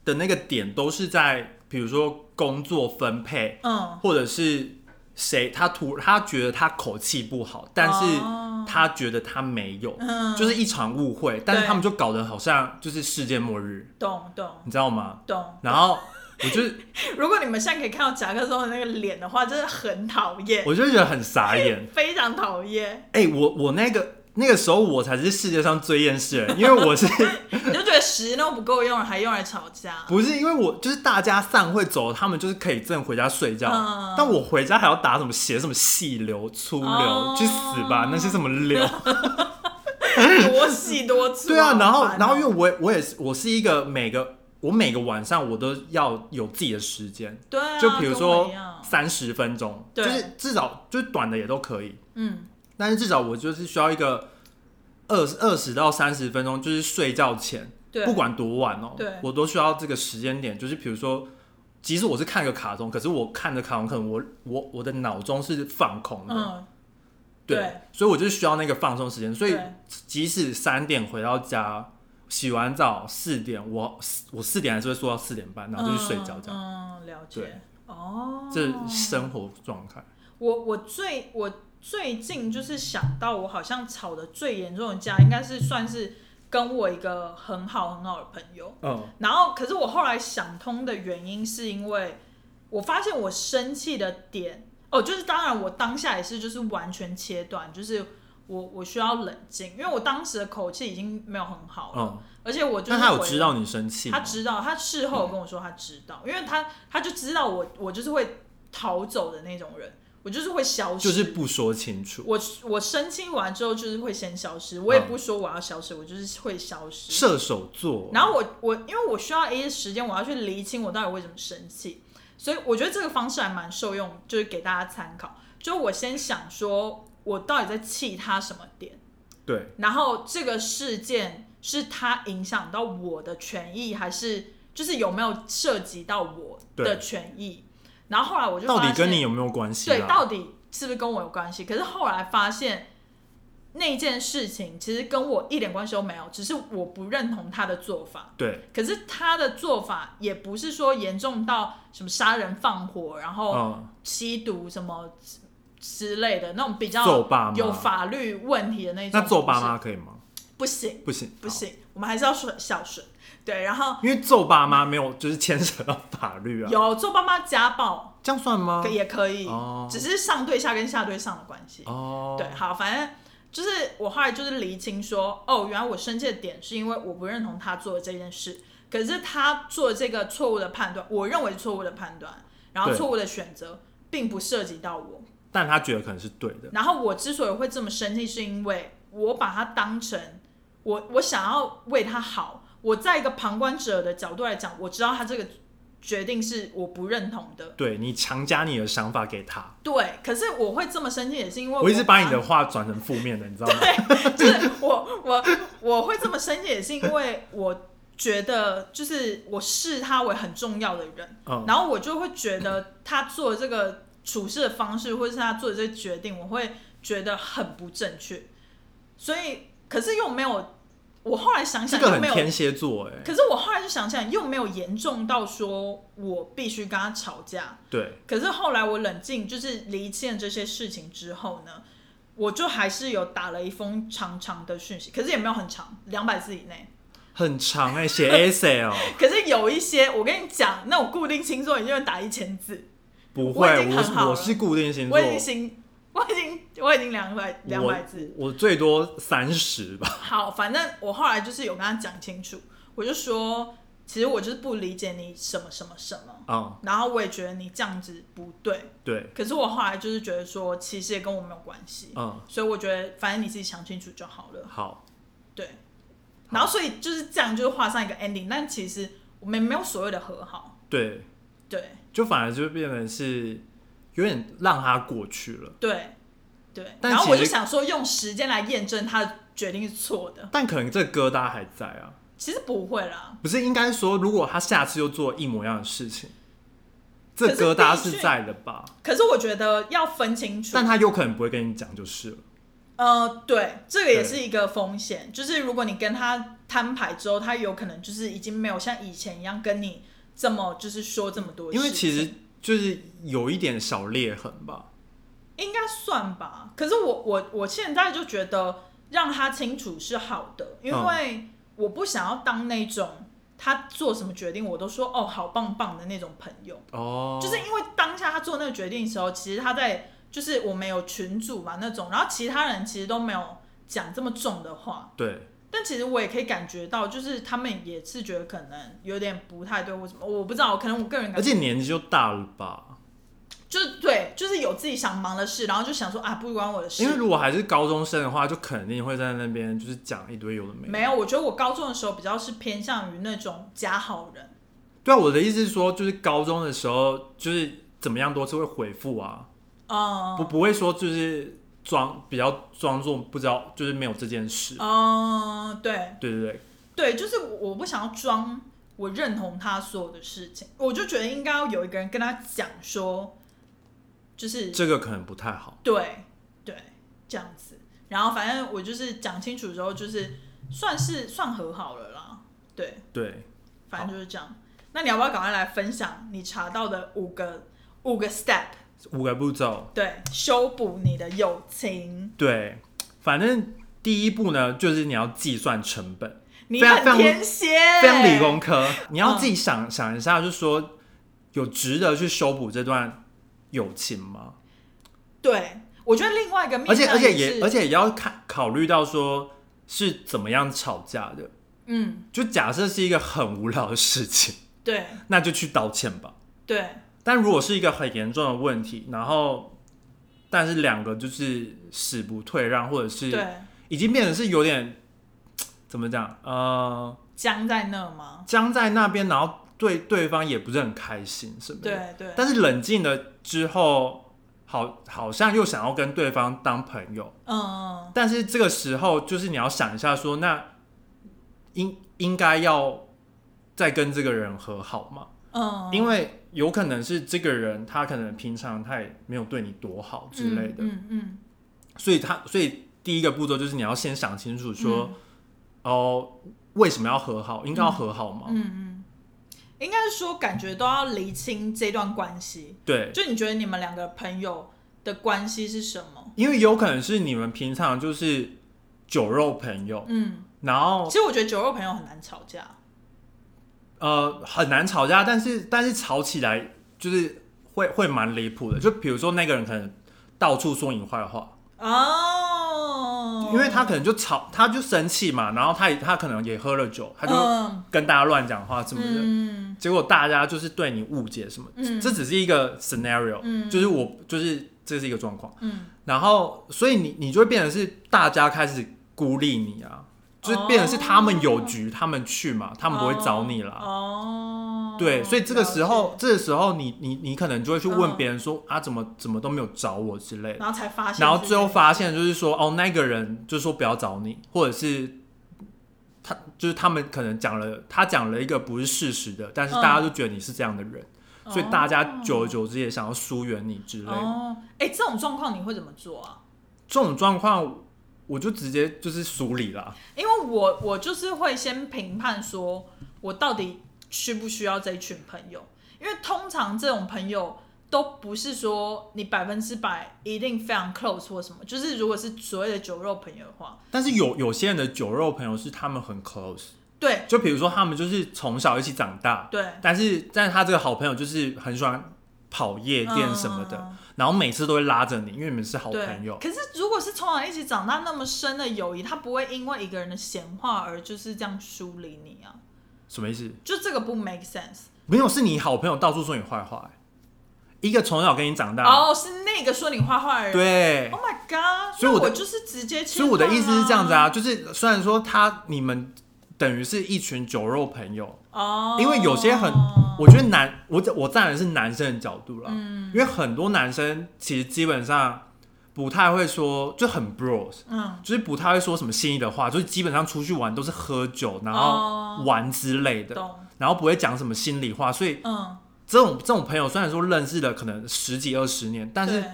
A: 的那个点都是在，比如说工作分配，
B: 嗯，
A: 或者是谁他突他觉得他口气不好，但是
B: 哦
A: 他觉得他没有，
B: 嗯，
A: 就是一场误会，但是他们就搞得好像就是世界末日，
B: 懂懂
A: 你知道吗？
B: 懂。
A: 然后我
B: *laughs*
A: 就
B: 如果你们现在可以看到夹克松的那个脸的话，真的很讨厌，
A: 我就觉得很傻眼，
B: 非常讨厌，
A: 哎、我我那个那个时候我才是世界上最厌世的人，因为我是。
B: 你就觉得十都不够用，还用来吵架。
A: 不是因为我就是大家散会走，他们就是可以正回家睡觉，
B: 嗯
A: 但我回家还要打什么血什么细流粗流，
B: 哦
A: 去死吧那些什么
B: *laughs*
A: 流。
B: 多细多粗。
A: 对啊，然后
B: 好烦哦
A: 然后因为我也我也是我是一个每个我每个晚上我都要有自己的时间，
B: 对啊，
A: 就比如
B: 跟我
A: 说
B: 一样
A: 三十分钟，就
B: 对
A: 是至少就是短的也都可以，
B: 嗯，
A: 但是至少我就是需要一个二十二十到三十分钟，就是睡觉前，
B: 对，
A: 不管多晚哦
B: 对，
A: 我都需要这个时间点。就是比如说，即使我是看个卡通，可是我看的卡通，可能我我我的脑中是放空的，
B: 嗯，
A: 对，
B: 对
A: 所以我就需要那个放松时间。所以
B: 对
A: 即使三点回到家，洗完澡四点，我我四点还是会睡到四点半，然后就去睡觉，这样、
B: 嗯，嗯了解
A: 对。
B: 哦，
A: 这是生活状态。
B: 我我最我最近就是想到，我好像吵得最严重的架，应该是算是跟我一个很好很好的朋友。
A: 嗯
B: 然后，可是我后来想通的原因，是因为我发现我生气的点，哦，就是当然我当下也是就是完全切断，就是我我需要冷静，因为我当时的口气已经没有很好了，
A: 嗯，
B: 而且我哦就是
A: 那他有
B: 回
A: 知道你生气吗？
B: 他知道，他事后有跟我说他知道，因为他他就知道我我就是会逃走的那种人，我就是会消失。
A: 就是不说清楚，
B: 我我生气完之后就是会先消失，我也
A: 嗯
B: 不说我要消失，我就是会消失。
A: 射手座，
B: 然后我我因为我需要一些时间，我要去厘清我到底为什么生气，所以我觉得这个方式还蛮受用，就是给大家参考。就我先想说我到底在气他什么点，
A: 对，
B: 然后这个事件是他影响到我的权益，还是就是有没有涉及到我的
A: 对
B: 权益？然后后来我就
A: 到底
B: 发现
A: 跟你有没有关系、啊？
B: 对，到底是不是跟我有关系？可是后来发现那件事情其实跟我一点关系都没有，只是我不认同他的做法。
A: 对，
B: 可是他的做法也不是说严重到什么杀人放火，然后
A: 嗯，
B: 吸毒什么之之类的那种比较
A: 揍爸妈
B: 有法律问题的那种。
A: 那揍爸
B: 不是
A: 妈可以吗？
B: 不行，
A: 不行，
B: 不行，我们还是要顺孝顺。对，然后
A: 好，因为揍爸妈没有就是牵扯到法律啊，
B: 有做爸妈家暴、
A: 这样算吗
B: 可？也可以，
A: 哦
B: 只是上对下跟下对上的关系。
A: 哦，
B: 对，啊好，反正就是我后来就是厘清说，哦，原来我生气的点是因为我不认同他做的这件事，可是他做这个错误的判断，我认为是错误的判断，然后
A: 对
B: 错误的选择，并不涉及到我。
A: 但他觉得可能是对的，
B: 然后我之所以会这么生气，是因为我把他当成我，我想要为他好。我在一个旁观者的角度来讲，我知道他这个决定是我不认同的。
A: 对你强加你的想法给他，
B: 对，可是我会这么生气，也是因为
A: 我一直把你的
B: 把
A: 话转成负面的，你知道吗？
B: 就是 *laughs* 我我我会这么生气，也是因为我觉得就是我视他为很重要的人， *laughs*
A: 嗯，
B: 然后我就会觉得他做的这个处事的方式，或者是他做的这个决定，我会觉得很不正确。所以，可是又没有，我后来想
A: 这
B: 想
A: 个
B: 又
A: 很
B: 没有，
A: 天蝎座哎，
B: 可是我后来就想想又没有严重到说我必须跟他吵架。
A: 对，
B: 可是后来我冷静，就是离间这些事情之后呢，我就还是有打了一封长长的讯息，可是也没有很长，两百字以内。
A: 很长哎，写 essay 哦，
B: 可是有一些，我跟你讲，那种固定星座你就会打一千字，
A: 不
B: 我已
A: 会，
B: 经很好
A: 我
B: 了
A: 我是固定星座
B: 我已，经行，我已经我已经两百两百字。
A: 我我最多三十吧，
B: 好，反正我后来就是有跟他讲清楚，我就说，其实我就是不理解你什么什么什么，
A: 嗯，
B: 然后我也觉得你这样子不对。
A: 对，
B: 可是我后来就是觉得说，其实也跟我没有关系，
A: 嗯，
B: 所以我觉得反正你自己想清楚就好了。
A: 好，
B: 对，然后所以就是这样，就是画上一个 ending，但其实我们没有所谓的和好。
A: 对，
B: 对
A: 就反而就变成是有点让他过去了。
B: 对对，
A: 但
B: 然后我
A: 其
B: 就
A: 实
B: 想说用时间来验证他的决定是错的，
A: 但可能这个疙瘩还在啊，
B: 其实不会啦。
A: 不是应该说，如果他下次又做一模一样的事情，这
B: 可是
A: 疙瘩
B: 必
A: 是
B: 须
A: 在的吧？
B: 可是我觉得要分清楚，
A: 但他有可能不会跟你讲，就是了。
B: 呃，对，这个也
A: 对
B: 是一个风险，就是如果你跟他摊牌之后，他有可能就是已经没有像以前一样跟你这么就是说这么多事情，
A: 因为其实就是有一点小裂痕吧。
B: 应该算吧。可是我我我现在就觉得让他清楚是好的，因
A: 嗯
B: 为我不想要当那种他做什么决定我都说哦好棒棒的那种朋友。
A: 哦，
B: 就是因为当下他做那个决定的时候，其实他在就是我们有群组嘛那种，然后其他人其实都没有讲这么重的话，
A: 对，
B: 但其实我也可以感觉到，就是他们也是觉得可能有点不太对或什么，我不知道，可能我个人
A: 而
B: 感觉
A: 且年纪就大了吧？
B: 就是对，就是有自己想忙的事，然后就想说啊不关我的事
A: 因，为如果还是高中生的话，就肯定会在那边就是讲一堆有的没的。
B: 没有，我觉得我高中的时候比较是偏向于那种假好人，
A: 对啊，我的意思是说，就是高中的时候，就是怎么样都是会回复啊，
B: 嗯
A: 不不会说就是装比较装作不知道，就是没有这件事。
B: 嗯，对，
A: 对对对，
B: 对，就是我我不想要装我认同他所有的事情，我就觉得应该要有一个人跟他讲说，就是
A: 这个可能不太好。
B: 对对这样子。然后反正我就是讲清楚之后，就是算是算和好了啦。对，
A: 对，
B: 反正就是这样。那你要不要赶快来分享你查到的五个五个 step，
A: 五个步骤。
B: 对，修补你的友情？
A: 对，反正第一步呢，就是你要计算成本。
B: 你
A: 非常
B: 很
A: 非常
B: 天蝎，
A: 非常理工科，你要自己想、想一下，就是说有值得去修补这段友情吗？
B: 对，我觉得另外一个面
A: 而且
B: 向
A: 而且
B: 是
A: 也而且也要看考虑到说是怎么样吵架的。
B: 嗯，
A: 就假设是一个很无聊的事情，
B: 对
A: 那就去道歉吧。 *laughs*
B: 对。
A: 但如果是一个很严重的问题，然后但是两个就是死不退让，或者是
B: 对，
A: 已经变成是有点怎么讲呃
B: 僵在那吗？
A: 僵在那边，然后对对方也不是很开心什么的。
B: 对对，
A: 但是冷静了之后，好好像又想要跟对方当朋友，
B: 嗯，
A: 但是这个时候就是你要想一下说，那应应该要再跟这个人和好吗？
B: 嗯，
A: 因为有可能是这个人他可能平常他也没有对你多好之类的，
B: 嗯嗯嗯，
A: 所以他所以第一个步骤就是你要先想清楚说，
B: 嗯
A: 哦，为什么要和好？应该要和好吗？
B: 嗯嗯，应该是说感觉都要厘清这段关系。
A: 对，
B: 就你觉得你们两个朋友的关系是什么？
A: 因为有可能是你们平常就是酒肉朋友，
B: 嗯，
A: 然后
B: 其实我觉得酒肉朋友很难吵架。
A: 呃很难吵架，但是但是吵起来就是会会蛮离谱的。就比如说那个人可能到处说你坏话，
B: 哦，
A: 因为他可能就吵，他就生气嘛，然后他也他可能也喝了酒，他就
B: 嗯
A: 跟大家乱讲话什么的。
B: 嗯
A: 结果大家就是对你误解什么，
B: 嗯
A: 这只是一个 scenario，、
B: 嗯
A: 就是我就是这是一个状况，
B: 嗯，
A: 然后所以你你就会变成是大家开始孤立你啊，就是变成是他们有局，他们去嘛，他们不会找你啦，
B: 哦，
A: 对，所以这个时候
B: 了，
A: 这个时候你你你可能就会去问
B: 嗯
A: 别人说、啊，怎么怎么都没有找我之类
B: 解，
A: 的，
B: 然后才发现是这
A: 然
B: 样，
A: 后最后发现就是说，哦，那个人就说不要找你，或者是他就是他们可能讲了，他讲了一个不是事实的，但是
B: 嗯
A: 大家就觉得你是这样的人，所以大家
B: 哦
A: 久而久之也想要疏远你之类的。
B: 哦，哎，这种状况你会怎么做啊？
A: 这种状况，我就直接就是疏理啦。
B: 因为我我就是会先评判说，我到底需不需要这一群朋友？因为通常这种朋友都不是说你百分之百一定非常 close 或什么，就是如果是所谓的酒肉朋友的话，
A: 但是有有些人的酒肉朋友是他们很 close，
B: 对
A: 就比如说他们就是从小一起长大，
B: 对，
A: 但是，但是他这个好朋友就是很喜欢跑夜店什么的，
B: 嗯
A: 然后每次都会拉着你，因为你们是好
B: 对
A: 朋友。
B: 可是如果是从小一起长大那么深的友谊，他不会因为一个人的闲话而就是这样疏离你啊，
A: 什么意思？
B: 就这个不 make sense。
A: 没有，是你好朋友到处说你坏话、欸一个从小跟你长大，
B: 哦，是那个说你坏话的人。
A: 对。
B: Oh my god！
A: 所以我
B: 那
A: 的
B: 我就是直接切
A: 所以我的
B: 断
A: 意思是这样子
B: 啊
A: 啊，就是虽然说他你们等于是一群酒肉朋友，
B: 哦，
A: 因为有些很我觉得男，我我站的是男生的角度啦，
B: 嗯
A: 因为很多男生其实基本上不太会说，就很 bros，
B: 嗯，
A: 就是不太会说什么心意的话，就是基本上出去玩都是喝酒，然后
B: 哦
A: 玩之类的，
B: 懂，
A: 然后不会讲什么心里话，所以
B: 嗯，
A: 这种这种朋友虽然说认识了可能十几二十年，但是
B: 对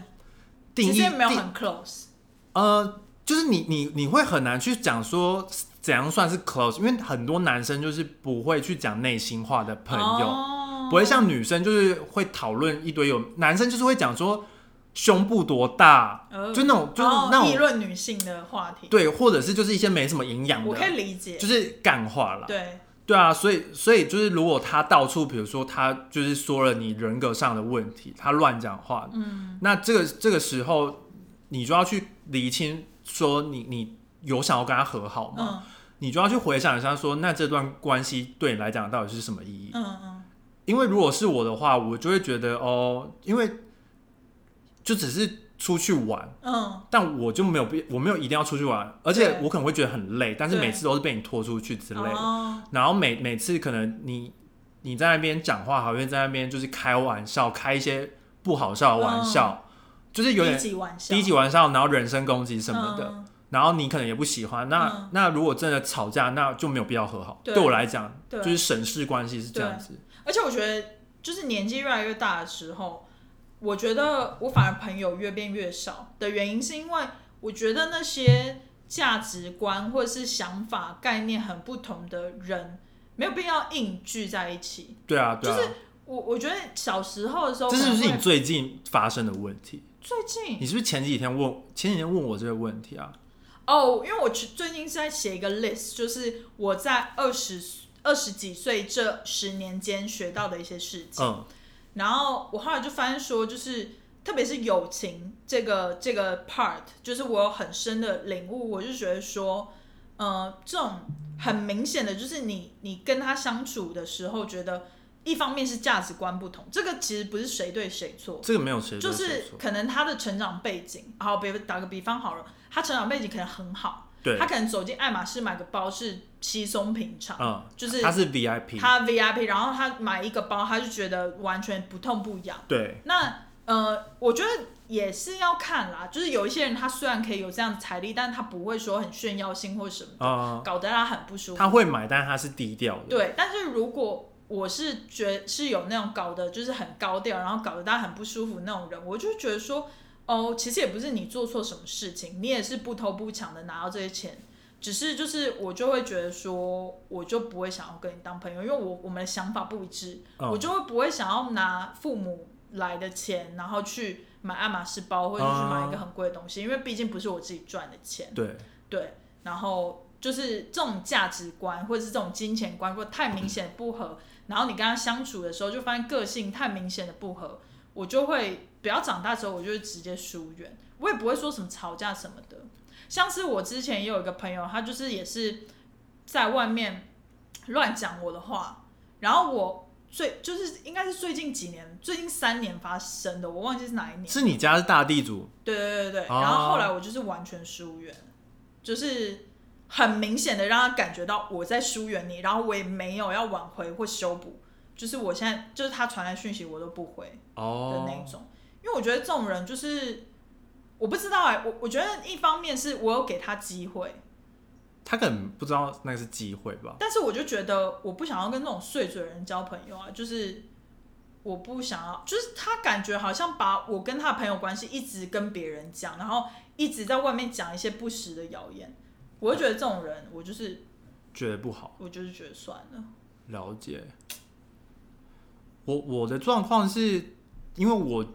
A: 定义
B: 其实也没有
A: 定
B: 很 close，
A: 呃，就是你你你会很难去讲说怎样算是 close，因为很多男生就是不会去讲内心话的朋友。
B: 哦友
A: 不会像女生就是会讨论一堆有男生就是会讲说胸部多大，就那种就是那
B: 哦议
A: 种
B: 论女性的话题，
A: 对，或者是就是一些没什么营养
B: 我可以
A: 的，
B: 理解，
A: 就是干话啦。
B: 对，
A: 对啊，所以所以就是如果他到处，比如说他就是说了你人格上的问题，他乱讲话，
B: 嗯，
A: 那这个这个时候你就要去厘清说你你有想要跟他和好吗？
B: 嗯
A: 你就要去回想一下说，那这段关系对你来讲到底是什么意义？
B: 嗯嗯，
A: 因为如果是我的话，我就会觉得哦，因为就只是出去玩，
B: 嗯，
A: 但我就没有必，我没有一定要出去玩，而且
B: 对
A: 我可能会觉得很累，但是
B: 对
A: 每次都是被你拖出去之类的。
B: 哦
A: 然后每每次可能你你在那边讲话，还会在那边就是开玩笑，开一些不好笑的玩笑，就是有
B: 嗯低
A: 点
B: 级玩笑，
A: 低级玩笑，然后人身攻击什么的。
B: 嗯，
A: 然后你可能也不喜欢，那、
B: 嗯
A: 那如果真的吵架，那就没有必要和好。
B: 对
A: 我来讲，
B: 对
A: 就是审视关系是这样子。
B: 而且我觉得，就是年纪越来越大的时候，我觉得我反而朋友越变越少的原因，是因为我觉得那些价值观或者是想法概念很不同的人，没有必要硬聚在一起。
A: 对啊，对啊。
B: 就是我我觉得小时候的时候可
A: 这是
B: 能
A: 不
B: 会，
A: 是你最近发生的问题？
B: 最近
A: 你是不是前几天问前几天问我这个问题啊？
B: 哦，因为我去最近是在写一个 list，就是我在二十二十几岁这十年间学到的一些事情。
A: 嗯，
B: 然后我后来就发现说，就是特别是友情这个这个 part，就是我有很深的领悟，我就觉得说，呃，这种很明显的就是你你跟他相处的时候，觉得一方面是价值观不同，这个其实不是谁对谁错，
A: 这个没有谁
B: 就
A: 对谁
B: 是
A: 错
B: 可能他的成长背景，好，比如打个比方好了，他成长背景可能很好，
A: 对
B: 他，可能走进爱马仕买个包是稀松平常，
A: 嗯，
B: 就是
A: 他是 VIP，
B: 他 VIP，然后他买一个包，他就觉得完全不痛不痒。
A: 对
B: 那呃，我觉得也是要看啦，就是有一些人他虽然可以有这样的财力，但他不会说很炫耀性或什么，
A: 啊，
B: 搞得他很不舒服。
A: 他会买，但他是低调的。
B: 对，但是如果我是觉是有那种搞的，就是很高调，然后搞得大家很不舒服那种人，我就觉得说，哦，其实也不是你做错什么事情，你也是不偷不抢的拿到这些钱，只是就是我就会觉得说，我就不会想要跟你当朋友，因为我我们的想法不一致，
A: 嗯
B: 我就会不会想要拿父母来的钱，然后去买爱马仕包或者是去买一个很贵的东西，因为毕竟不是我自己赚的钱。
A: 对，
B: 对，然后就是这种价值观或者是这种金钱观，或太明显不合，然后你跟他相处的时候就发现个性太明显的不合，我就会不要长大之后我就会直接疏远，我也不会说什么吵架什么的。像是我之前也有一个朋友，他就是也是在外面乱讲我的话，然后我最就是应该是最近几年，最近三年发生的，我忘记是哪一年。
A: 是你家是大地主，
B: 对对对对，
A: 哦
B: 然后后来我就是完全疏远，就是很明显的让他感觉到我在疏远你，然后我也没有要挽回或修补，就是我现在就是他传来讯息我都不回的
A: 哦
B: 那一种，因为我觉得这种人就是我不知道哎、我我觉得一方面是我有给他机会，
A: 他可能不知道那个是机会吧？
B: 但是我就觉得我不想要跟那种碎嘴人交朋友啊，就是我不想要，就是他感觉好像把我跟他的朋友关系一直跟别人讲，然后一直在外面讲一些不实的谣言，我就觉得这种人，我就是
A: 觉得不好，
B: 我就是觉得算了，
A: 了解。我我的状况是因为我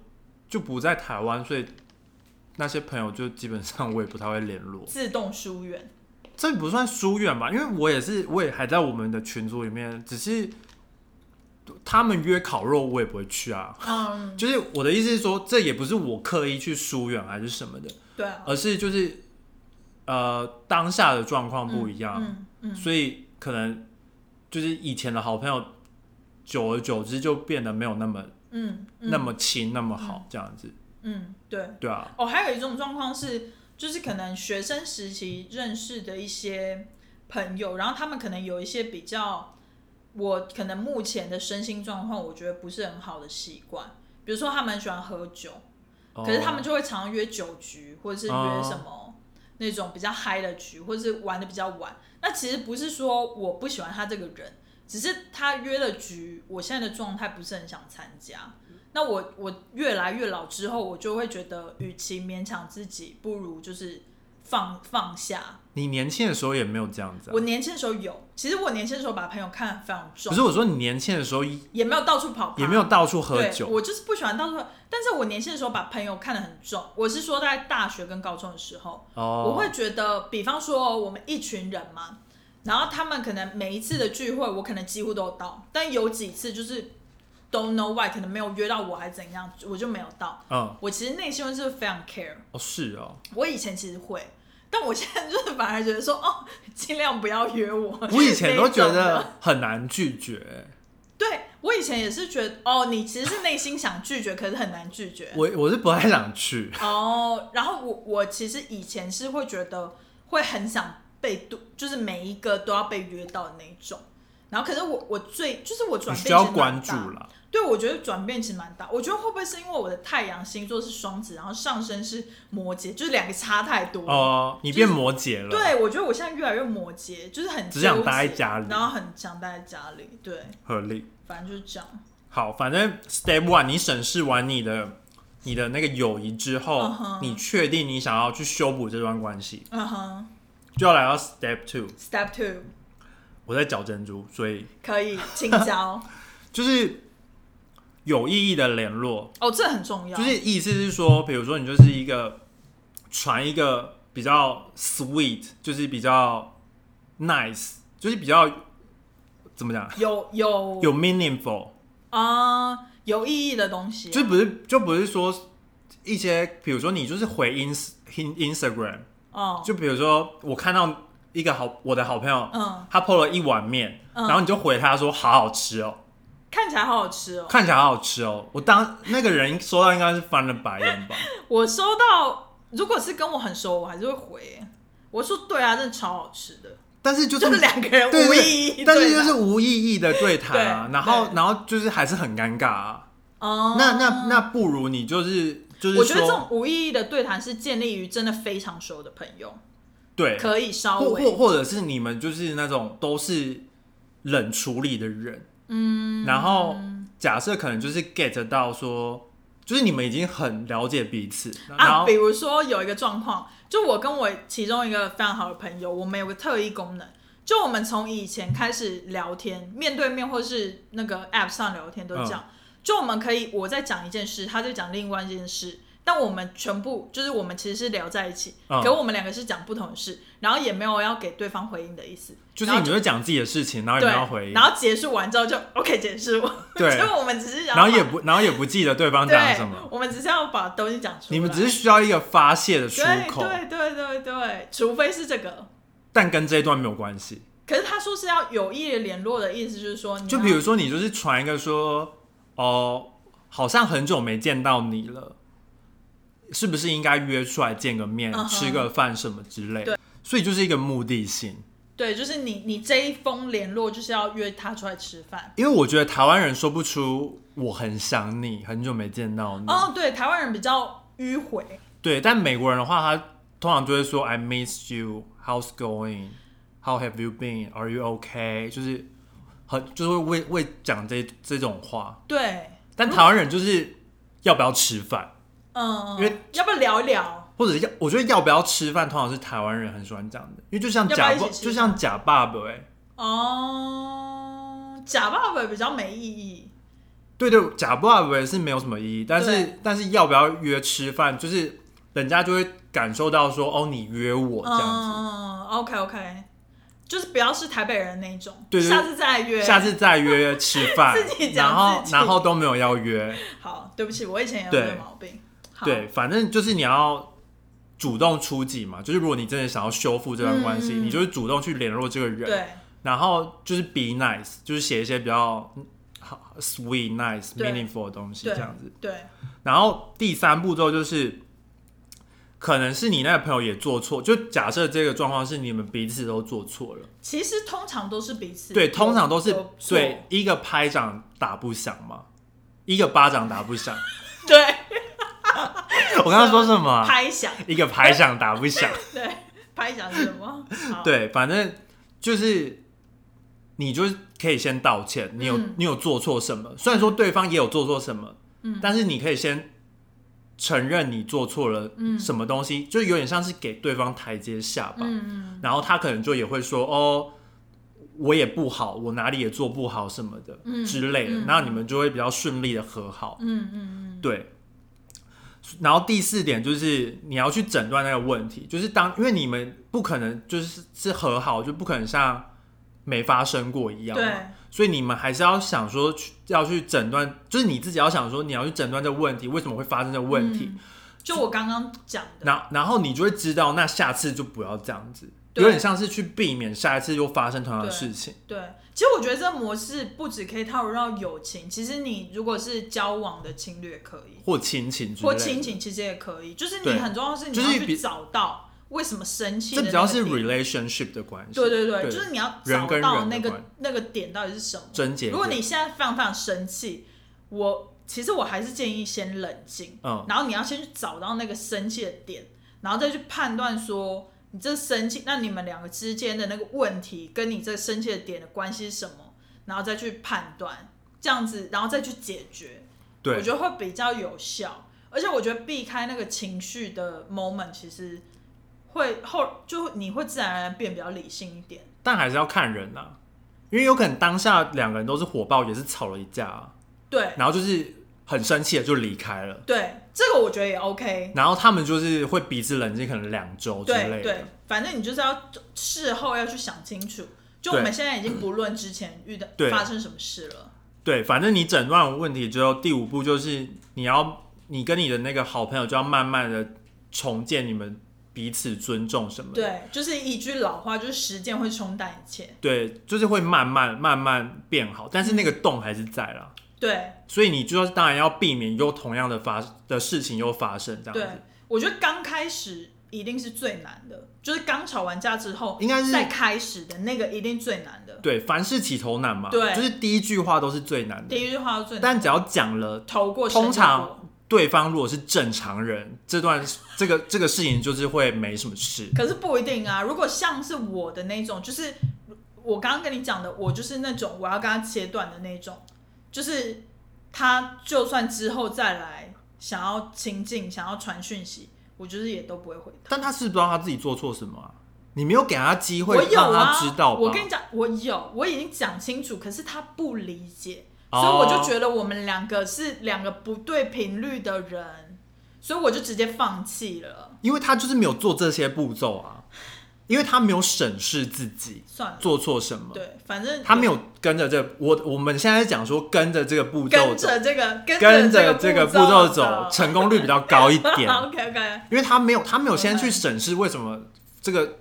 A: 就不在台湾，所以那些朋友就基本上我也不太会联络。
B: 自动疏远，
A: 这不算疏远吧？因为我也是，我也还在我们的群组里面，只是他们约烤肉，我也不会去啊。
B: 嗯，
A: 就是我的意思是说，这也不是我刻意去疏远还是什么的，
B: 对啊，
A: 而是就是呃当下的状况不一样，
B: 嗯嗯嗯
A: 所以可能就是以前的好朋友，久而久之就变得没有那么、
B: 嗯，嗯
A: 那么亲那么好这样子，
B: 嗯对，
A: 对啊，
B: 哦，还有一种状况是，就是可能学生时期认识的一些朋友，然后他们可能有一些比较我可能目前的身心状况，我觉得不是很好的习惯。比如说，他们很喜欢喝酒，可是他们
A: 就
B: 就会常约酒局，或者是约什
A: 哦
B: 么那种比较嗨的局，或者是玩的比较晚。那其实不是说我不喜欢他这个人，只是他约的局，我现在的状态不是很想参加。那我我越来越老之后，我就会觉得，与其勉强自己，不如就是放放下。
A: 你年轻的时候也没有这样子、啊
B: 我。年轻的时候有，其实我年轻的时候把朋友看得非常重
A: 不，是我说你年轻的时候也
B: 也没有到处跑趴，
A: 没有到处喝
B: 对，
A: 酒，
B: 我就是不喜欢到处喝。但是我年轻的时候把朋友看得很重，我是说在大学跟高中的时候，
A: 哦，
B: 我会觉得，比方说我们一群人嘛，然后他们可能每一次的聚会，我可能几乎都有到，但有几次就是 don't know why，可能没有约到我还怎样，我就没有到。
A: 嗯，
B: 我其实内心是非常 care，
A: 哦是哦，
B: 我以前其实会。但我现在就是反而觉得说，哦，尽量不要约我。
A: 我以前都觉
B: 那一种的
A: 得很难拒绝，
B: 对我以前也是觉得，哦，你其实是内心想拒绝，可是很难拒绝。
A: 我我是不太想去，
B: 哦，然后我我其实以前是会觉得会很想被都，就是每一个都要被约到的那一种。然后可是我我最就是我
A: 你
B: *laughs* 转变
A: 需要
B: 其实蛮
A: 关
B: 大
A: 注啦。
B: 对，我觉得转变其实蛮大。我觉得会不会是因为我的太阳星座是双子，然后上升是摩羯，就是两个差太多了。
A: 哦，你变摩羯了，，
B: 对，我觉得我现在越来越摩羯，就是很
A: 只想
B: 纠
A: 待在
B: 结
A: 家里
B: 然后很想待在家里。对，
A: 合理。
B: 反正就是这样。
A: 好，反正 step one，你审视完你的你的那个友谊之后
B: 嗯哼
A: 你确定你想要去修补这段关系，
B: 嗯哼
A: 就要来到 step two。
B: ，Step Two
A: 我在嚼珍珠，所以
B: 可以请
A: *laughs*
B: 教
A: 就是有意义的联络，
B: 哦，这很重要。
A: 就是意思是说，比如说你就是一个传一个比较 sweet，就是比较 nice，就是比较怎么讲，
B: 有有
A: 有 meaningful，
B: 啊、有意义的东西、
A: 就不是就不是说一些，比如说你就是回 ins in Instagram，
B: 哦，
A: 就比如说我看到一个好我的好朋友，
B: 嗯，
A: 他 PO 了一碗面，
B: 嗯
A: 然后你就回他说好好吃哦，
B: 看起来好好吃哦。
A: 看起来好好吃哦。我当那个人收到应该是翻了白眼吧。
B: 我收到，如果是跟我很熟，我还是会回耶。我说对啊，真的超好吃的，
A: 但是
B: *laughs*
A: 就是
B: 就是两个人
A: 对
B: 无
A: 对
B: 意义
A: 但是
B: 对
A: 就
B: 打
A: 是无意义的对谈啊，
B: 对
A: 然后
B: 对
A: 然后就是还是很尴尬啊。
B: 哦、
A: 那那那不如你就是就是
B: 我觉得这
A: 说
B: 种无意义的对谈是建立于真的非常熟的朋友，
A: 对，
B: 可欸以稍
A: 或或
B: 微
A: 或者是你们就是那种都是冷处理的人，嗯，然后假设可能就是 get 到说，就是你们已经很了解彼此，然
B: 啊，
A: 后
B: 比如说有一个状况，就我跟我其中一个非常好的朋友，我们有个特异功能。就我们从以前开始聊天，面对面或是那个 App 上聊天都是这
A: 嗯
B: 样。就我们可以，我在讲一件事，他在讲另外一件事，但我们全部就是我们其实是聊在一起，
A: 嗯
B: 可我们两个是讲不同的事，然后也没有要给对方回应的意思。
A: 就是
B: 然
A: 你
B: 后
A: 们会讲自己的事情，然后也
B: 对
A: 没有回，应
B: 然，后结束完之后就 OK 结束，
A: 对
B: *laughs* 就我们只是想
A: 然后
B: 把
A: 也不然后也不记得对方讲了
B: 对
A: 什么，，
B: 我们只是要把东西讲出来。
A: 你们只是需要一个发泄的出
B: 对
A: 口，
B: 对对对对，除非是这个。
A: 但跟这一段没有关系。
B: 可是他说是要有意联络的意思，就是说你
A: 就
B: 要
A: 比如说，你就是传一个说，哦，好像很久没见到你了，是不是应该约出来见个面
B: 嗯哼
A: 吃个饭什么之类
B: 对
A: 的？所以就是一个目的性。
B: 对，就是你你这一封联络就是要约他出来吃饭。
A: 因为我觉得台湾人说不出“我很想你，很久没见到你”，
B: 哦，对，台湾人比较迂回，
A: 对，但美国人的话，他通常就会说 “I miss you, how's going, how have you been, are you okay”，就是很就是会会会讲这这种话。
B: 对，
A: 但台湾人就是要不要吃饭？
B: 嗯，
A: 因为
B: 要不要聊一聊？
A: 或者是要，我觉得要不要吃饭，通常是台湾人很喜欢讲的，因为就像假
B: 要不
A: 爸，
B: 要一起吃
A: 就像假爸爸哎、欸，
B: 哦，假爸爸比较没意义，
A: 对对，假爸爸是没有什么意义，但
B: 对
A: 是但是要不要约吃饭，就是人家就会感受到说，哦，你约我这样子，
B: 嗯，OK OK，就是不要是台北人那一种，
A: 对对
B: 下次再约，
A: 下次再约吃饭
B: *laughs* 自己，讲
A: 然后
B: 自己
A: 然后都没有要约，
B: 好，对不起，我以前也有这个
A: 对
B: 毛病，好
A: 对，反正就是你要主动出击嘛，就是如果你真的想要修复这段关系，
B: 嗯
A: 你就是主动去联络这个人，
B: 对
A: 然后就是 be nice，就是写一些比较嗯好 sweet、nice、
B: 对
A: meaningful 的东西
B: 对
A: 这样子。
B: 对，
A: 然后第三步骤就是可能是你那个朋友也做错，就假设这个状况是你们彼此都做错了，
B: 其实通常都是彼此
A: 对，通常都是
B: 有有错 *laughs*
A: 对一个拍掌打不响嘛，一个巴掌打不
B: *laughs*
A: 响。
B: 对
A: 我刚刚说什么啊？
B: 拍响
A: 一个拍响打不
B: *laughs*
A: 响。
B: 对拍响是
A: *laughs*
B: 什么？好，
A: 对，反正就是你就是可以先道歉，你有、
B: 嗯
A: 你有做错什么，虽然说对方也有做错什么，
B: 嗯
A: 但是你可以先承认你做错了
B: 嗯
A: 什么东西，就有点像是给对方台阶下吧。
B: 嗯嗯
A: 然后他可能就也会说哦。我也不好，我哪里也做不好什么的、
B: 嗯
A: 之类的，
B: 嗯
A: 那你们就会比较顺利的和好。
B: 嗯嗯
A: 对。然后第四点就是你要去诊断那个问题，就是当因为你们不可能就是是和好，就不可能像没发生过一
B: 嗯，
A: 样嘛，
B: 对，
A: 所以你们还是要想说去要去诊断，就是你自己要想说你要去诊断这个问题为什么会发生这个问题，
B: 嗯就我刚刚讲的，
A: 然然后你就会知道那下次就不要这样子，
B: 对
A: 有点像是去避免下一次又发生同样的
B: 对
A: 事情。
B: 对，其实我觉得这模式不只可以套用到友情，其实你如果是交往的情侣也可以，
A: 或亲情之类
B: 或
A: 的，
B: 亲情其实也可以，就是你
A: 对
B: 很重要的是你
A: 就是
B: 要
A: 比
B: 去找到为什么生气
A: 这
B: 的那
A: 比
B: 个点，
A: 较是 relationship 的关系，
B: 对对对，
A: 对
B: 就是你要
A: 人
B: 找
A: 跟
B: 到
A: 人的
B: 那
A: 关
B: 个那个点到底是什么。
A: 症结
B: 如果
A: 点
B: 你现在非常非常生气，我其实我还是建议先冷静，
A: 嗯
B: 然后你要先去找到那个生气的点，然后再去判断说你这生气，那你们两个之间的那个问题跟你这生气的点的关系是什么，然后再去判断这样子，然后再去解决，
A: 对
B: 我觉得会比较有效。而且我觉得避开那个情绪的 moment，其实会后就你会自然而然变比较理性一点。
A: 但还是要看人啊，因为有可能当下两个人都是火爆，也是吵了一架、啊，
B: 对
A: 然后就是很生气的就离开了，
B: 对，这个我觉得也 OK。
A: 然后他们就是会彼此冷静，可能两周之
B: 对
A: 类
B: 对
A: 的。，
B: 反正你就是要事后要去想清楚。就我
A: 对
B: 们现在已经不论之前遇到
A: 对
B: 发生什么事了，
A: 对，反正你诊断完问题之后，第五步就是你要，你跟你的那个好朋友就要慢慢的重建你们彼此尊重什么的。
B: 对，就是一句老话，就是实践会冲淡一切。
A: 对，就是会慢慢慢慢变好，但是那个洞还是在啦。
B: 对
A: 所以你就要当然要避免又同样的发的事情又发生这样
B: 对
A: 子。，
B: 我觉得刚开始一定是最难的，就是刚吵完架之后，
A: 应该是
B: 再开始的那个一定最难的。
A: 对，凡事起头难嘛，
B: 对
A: 就是第一句话都是最难的
B: 第。一句话是最难的，
A: 但只要讲了，
B: 头过
A: 通
B: 身就
A: 常
B: 过
A: 对方如果是正常人，这段这个这个事情就是会没什么事。
B: 可是不一定啊。如果像是我的那种，就是我刚刚跟你讲的，我就是那种我要跟他切断的那种，就是他就算之后再来想要亲近、想要传讯息，我就是也都不会回他。
A: 但他是不知道他自己做错什么啊，你没有给他机会
B: 我有
A: 让
B: 啊，
A: 他知道吧？
B: 我跟你讲，我有，我已经讲清楚，可是他不理解，
A: 哦
B: 所以我就觉得我们两个是两个不对频率的人，所以我就直接放弃了。
A: 因为他就是没有做这些步骤啊，因为他没有审视自己
B: 算了，
A: 做错什么，
B: 对，反正
A: 他没有跟着这我我们现在讲说跟着这个步骤
B: 跟
A: 走，
B: 着这个
A: 跟
B: 跟
A: 着
B: 着
A: 这个
B: 个
A: 步骤走
B: 走，，
A: 成功率比较高一
B: *laughs*
A: 点。
B: OK OK，
A: 因为他没有，他没有先去审视为什么这个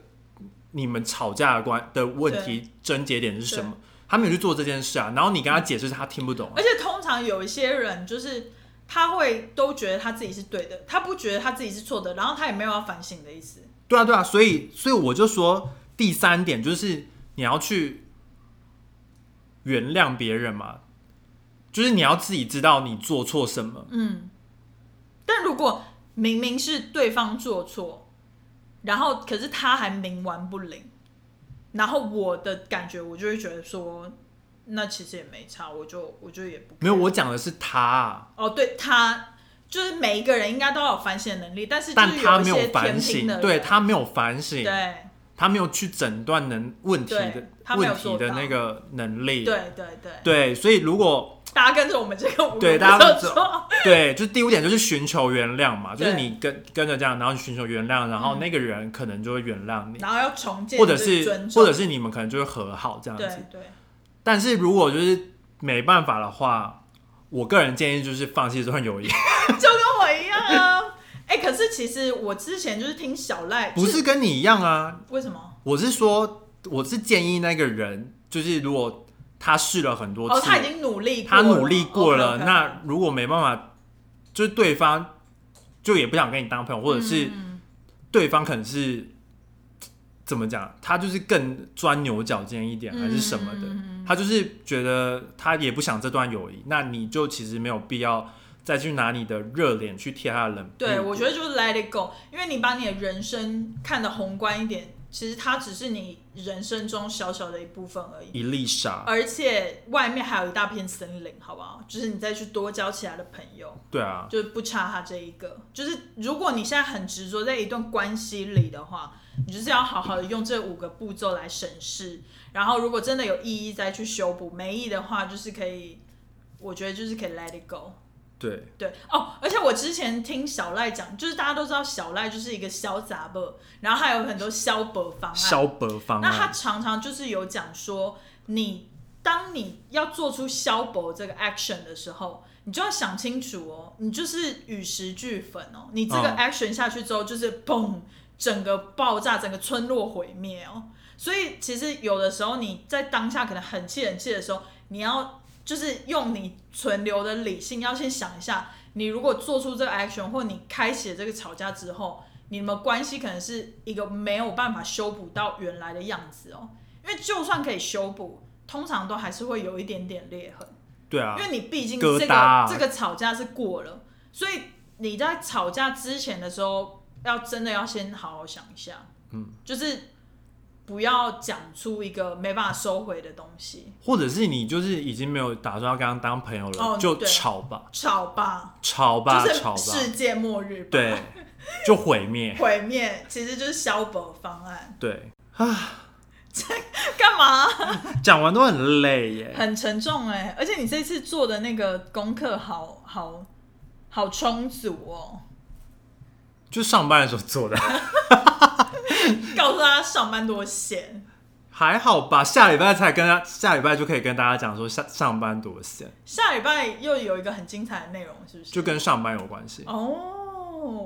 A: 你们吵架的关的问题症结点是什么，他没有去做这件事啊。然后你跟他解释，他听不懂啊、
B: 而且通常有一些人就是他会都觉得他自己是对的，他不觉得他自己是错的，然后他也没有要反省的意思。
A: 对啊，对啊，所以所以我就说第三点就是你要去原谅别人嘛，就是你要自己知道你做错什么。
B: 嗯，但如果明明是对方做错，然后可是他还冥顽不灵，然后我的感觉我就会觉得说，那其实也没差，我就我就也不
A: 没有，我讲的是他、啊，
B: 哦，对他。就是每一个人应该都要有反省的能力，但是就是
A: 但他
B: 一
A: 没
B: 些
A: 有
B: 天
A: 反
B: 平
A: 省
B: 的，人
A: 对他没有反省，
B: 对，
A: 他没有去诊断能问题
B: 对
A: 的
B: 他没有
A: 问题
B: 做
A: 的
B: 到
A: 那个能力。
B: 对对对，
A: 对，所以如果
B: 大家跟着我们这个舞，
A: 对大家跟着
B: 说，
A: 对，就第五点就是寻求原谅嘛，就是
B: 对嗯
A: 你跟跟着这样，然后你寻求原谅，然后那个人可能就会原谅你，
B: 然后要重建，
A: 或者是
B: 尊重，
A: 或者是你们可能就会和好这样
B: 对
A: 子。
B: 对
A: 但是如果就是没办法的话，我个人建议就是放弃这段友谊，
B: 跟我一样啊。哎、可是其实我之前就是听小赖，
A: 不是跟你一样啊， *laughs*
B: 为什么？
A: 我是说我是建议那个人，就是如果他试了很多
B: 哦，
A: 次，
B: 他已经努力过
A: 他
B: 了，
A: 努力过了，
B: OK，OK
A: 那如果没办法，就是对方就也不想跟你当朋友，或者是
B: 嗯
A: 对方可能是怎么讲，他就是更钻牛角尖一点，还是什么的，
B: 嗯
A: 他就是觉得他也不想这段友谊，那你就其实没有必要再去拿你的热脸去贴他的冷嗯
B: 对，
A: 屁股
B: 我觉得就是 let it go，因为你把你的人生看得宏观一点，其实它只是你人生中小小的一部分而已。
A: 一粒沙，
B: 而且外面还有一大片森林，好不好？就是你再去多交其他的朋友，
A: 对啊，
B: 就是不差他这一个。就是如果你现在很执着在一段关系里的话，你就是要好好的用这五个步骤来审视，然后如果真的有意义再去修补，没意义的话就是可以，我觉得就是可以 let it go。
A: 对，
B: 对哦，而且我之前听小赖讲，就是大家都知道小赖就是一个小杂伯，然后还有很多消博方案。
A: 消博方
B: 啊那他
A: 案，
B: 常常就是有讲说，你当你要做出消博这个 action 的时候，你就要想清楚哦，你就是与时俱焚哦，你这个
A: 嗯
B: action 下去之后，就是砰，整个爆炸，整个村落毁灭哦。所以其实有的时候你在当下可能很气很气的时候，你要就是用你存留的理性，要先想一下，你如果做出这个 action 或你开启了这个吵架之后，你们关系可能是一个没有办法修补到原来的样子哦。因为就算可以修补，通常都还是会有一点点裂痕，
A: 对啊
B: 因，为你毕竟
A: 疙瘩
B: 这个这个吵架是过了，所以你在吵架之前的时候，要真的要先好好想一下，
A: 嗯，
B: 就是不要讲出一个没办法收回的东西，
A: 或者是你就是已经没有打算要跟他当朋友了，
B: 哦
A: 就
B: 对
A: 吵吧，
B: 吵吧，
A: 吵吧，吵
B: 就
A: 吧，
B: 是世界末日吧，
A: 对，就毁灭，
B: 毁灭其实就是消保方案， *laughs*
A: 对，
B: 干嘛？
A: 讲完都很累耶，
B: 很沉重哎、而且你这次做的那个功课好好好充足哦，
A: 就上班的时候做的， *laughs*
B: *laughs* 告诉大家上班多闲。
A: 还好吧，下礼拜才跟他，下礼拜就可以跟大家讲说下上班多闲，
B: 下礼拜又有一个很精彩的内容，是不是？
A: 就跟上班有关系，
B: 哦，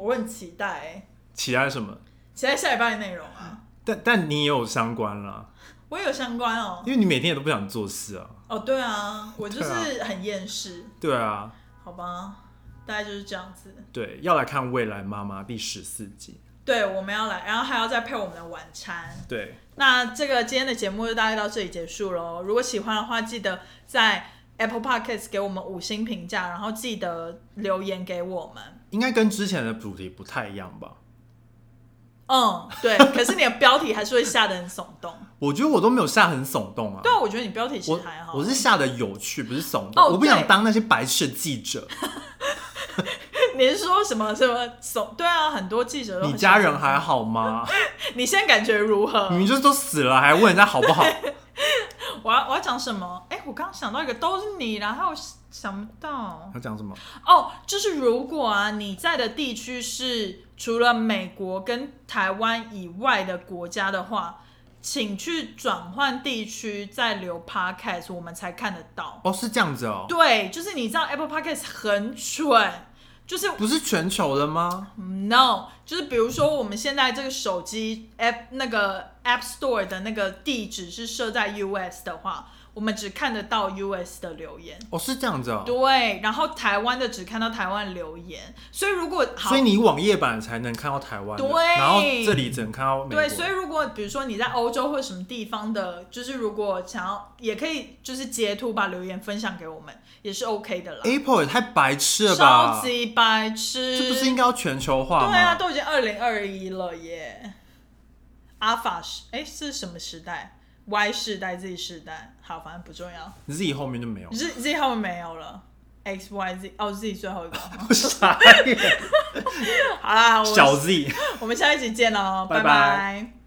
B: 我很期待、欸，
A: 其他什么，
B: 期待下礼拜的内容啊。
A: 但但你也有相关啦，
B: 我也有相关哦，
A: 因为你每天也都不想做事啊，
B: 哦对啊，我就
A: 对
B: 是很厌世，
A: 对啊，
B: 好吧，大概就是这样子。
A: 对，要来看《未来妈妈》第十四集，
B: 对，我们要来，然后还要再配我们的晚餐。
A: 对，
B: 那这个今天的节目就大概到这里结束喽。如果喜欢的话，记得在 Apple Podcast 给我们五星评价，然后记得留言给我们。
A: 应该跟之前的主题不太一样吧。
B: 嗯，对。可是你的标题还是会下得很耸
A: *laughs*
B: 动。
A: 我觉得我都没有下很耸动啊。
B: 对啊，我觉得你标题其
A: 我
B: 实还好。
A: 我是下的有趣，不是耸动。
B: 哦
A: 我不想
B: 对
A: 当那些白痴的记者。
B: 你是说什么什么耸？对啊，很多记者都很
A: 你家
B: 喜欢
A: 人还好
B: *laughs*
A: 吗？
B: 你现在感觉如何
A: 你？们就是都死了，还问人家好
B: *laughs*
A: 不好？
B: 我要我要讲什么？哎、我刚刚想到一个，都是你啦，然后想不到。
A: 要讲什么？
B: 哦，就是如果啊，你在的地区是除了美国跟台湾以外的国家的话，请去转换地区再留 podcast，我们才看得到。
A: 哦，是这样子哦，
B: 对，就是你知道 Apple Podcast 很蠢，就是
A: 不是全球的吗？
B: No，就是比如说我们现在这个手机 App 那个 App Store 的那个地址是设在 US 的话，我们只看得到 US 的留言。
A: 哦，是这样子哦。
B: 对，然后台湾的只看到台湾留言，所以如果好
A: 所以你网页版才能看到台湾的，
B: 对
A: 然后这里只能看到美国。
B: 对，所以如果比如说你在欧洲或什么地方的，就是如果想要也可以就是截图把留言分享给我们，也是 OK 的啦。
A: Apple 也太白痴了
B: 超
A: 哎吧？
B: 级白痴，
A: 这不是应该要全球化吗？
B: 对啊，都已经二零二一了耶。阿法是哎是什么时代？Y 世代、Z 世代，好，反正不重要。
A: 你自己后面就没有。
B: Z Z 后面没有了，X Y Z 哦 Z 最后一个。
A: 傻眼
B: 好啦，我们
A: *laughs* 小 Z。
B: 我们下一集见喽，哦
A: 拜拜
B: 拜拜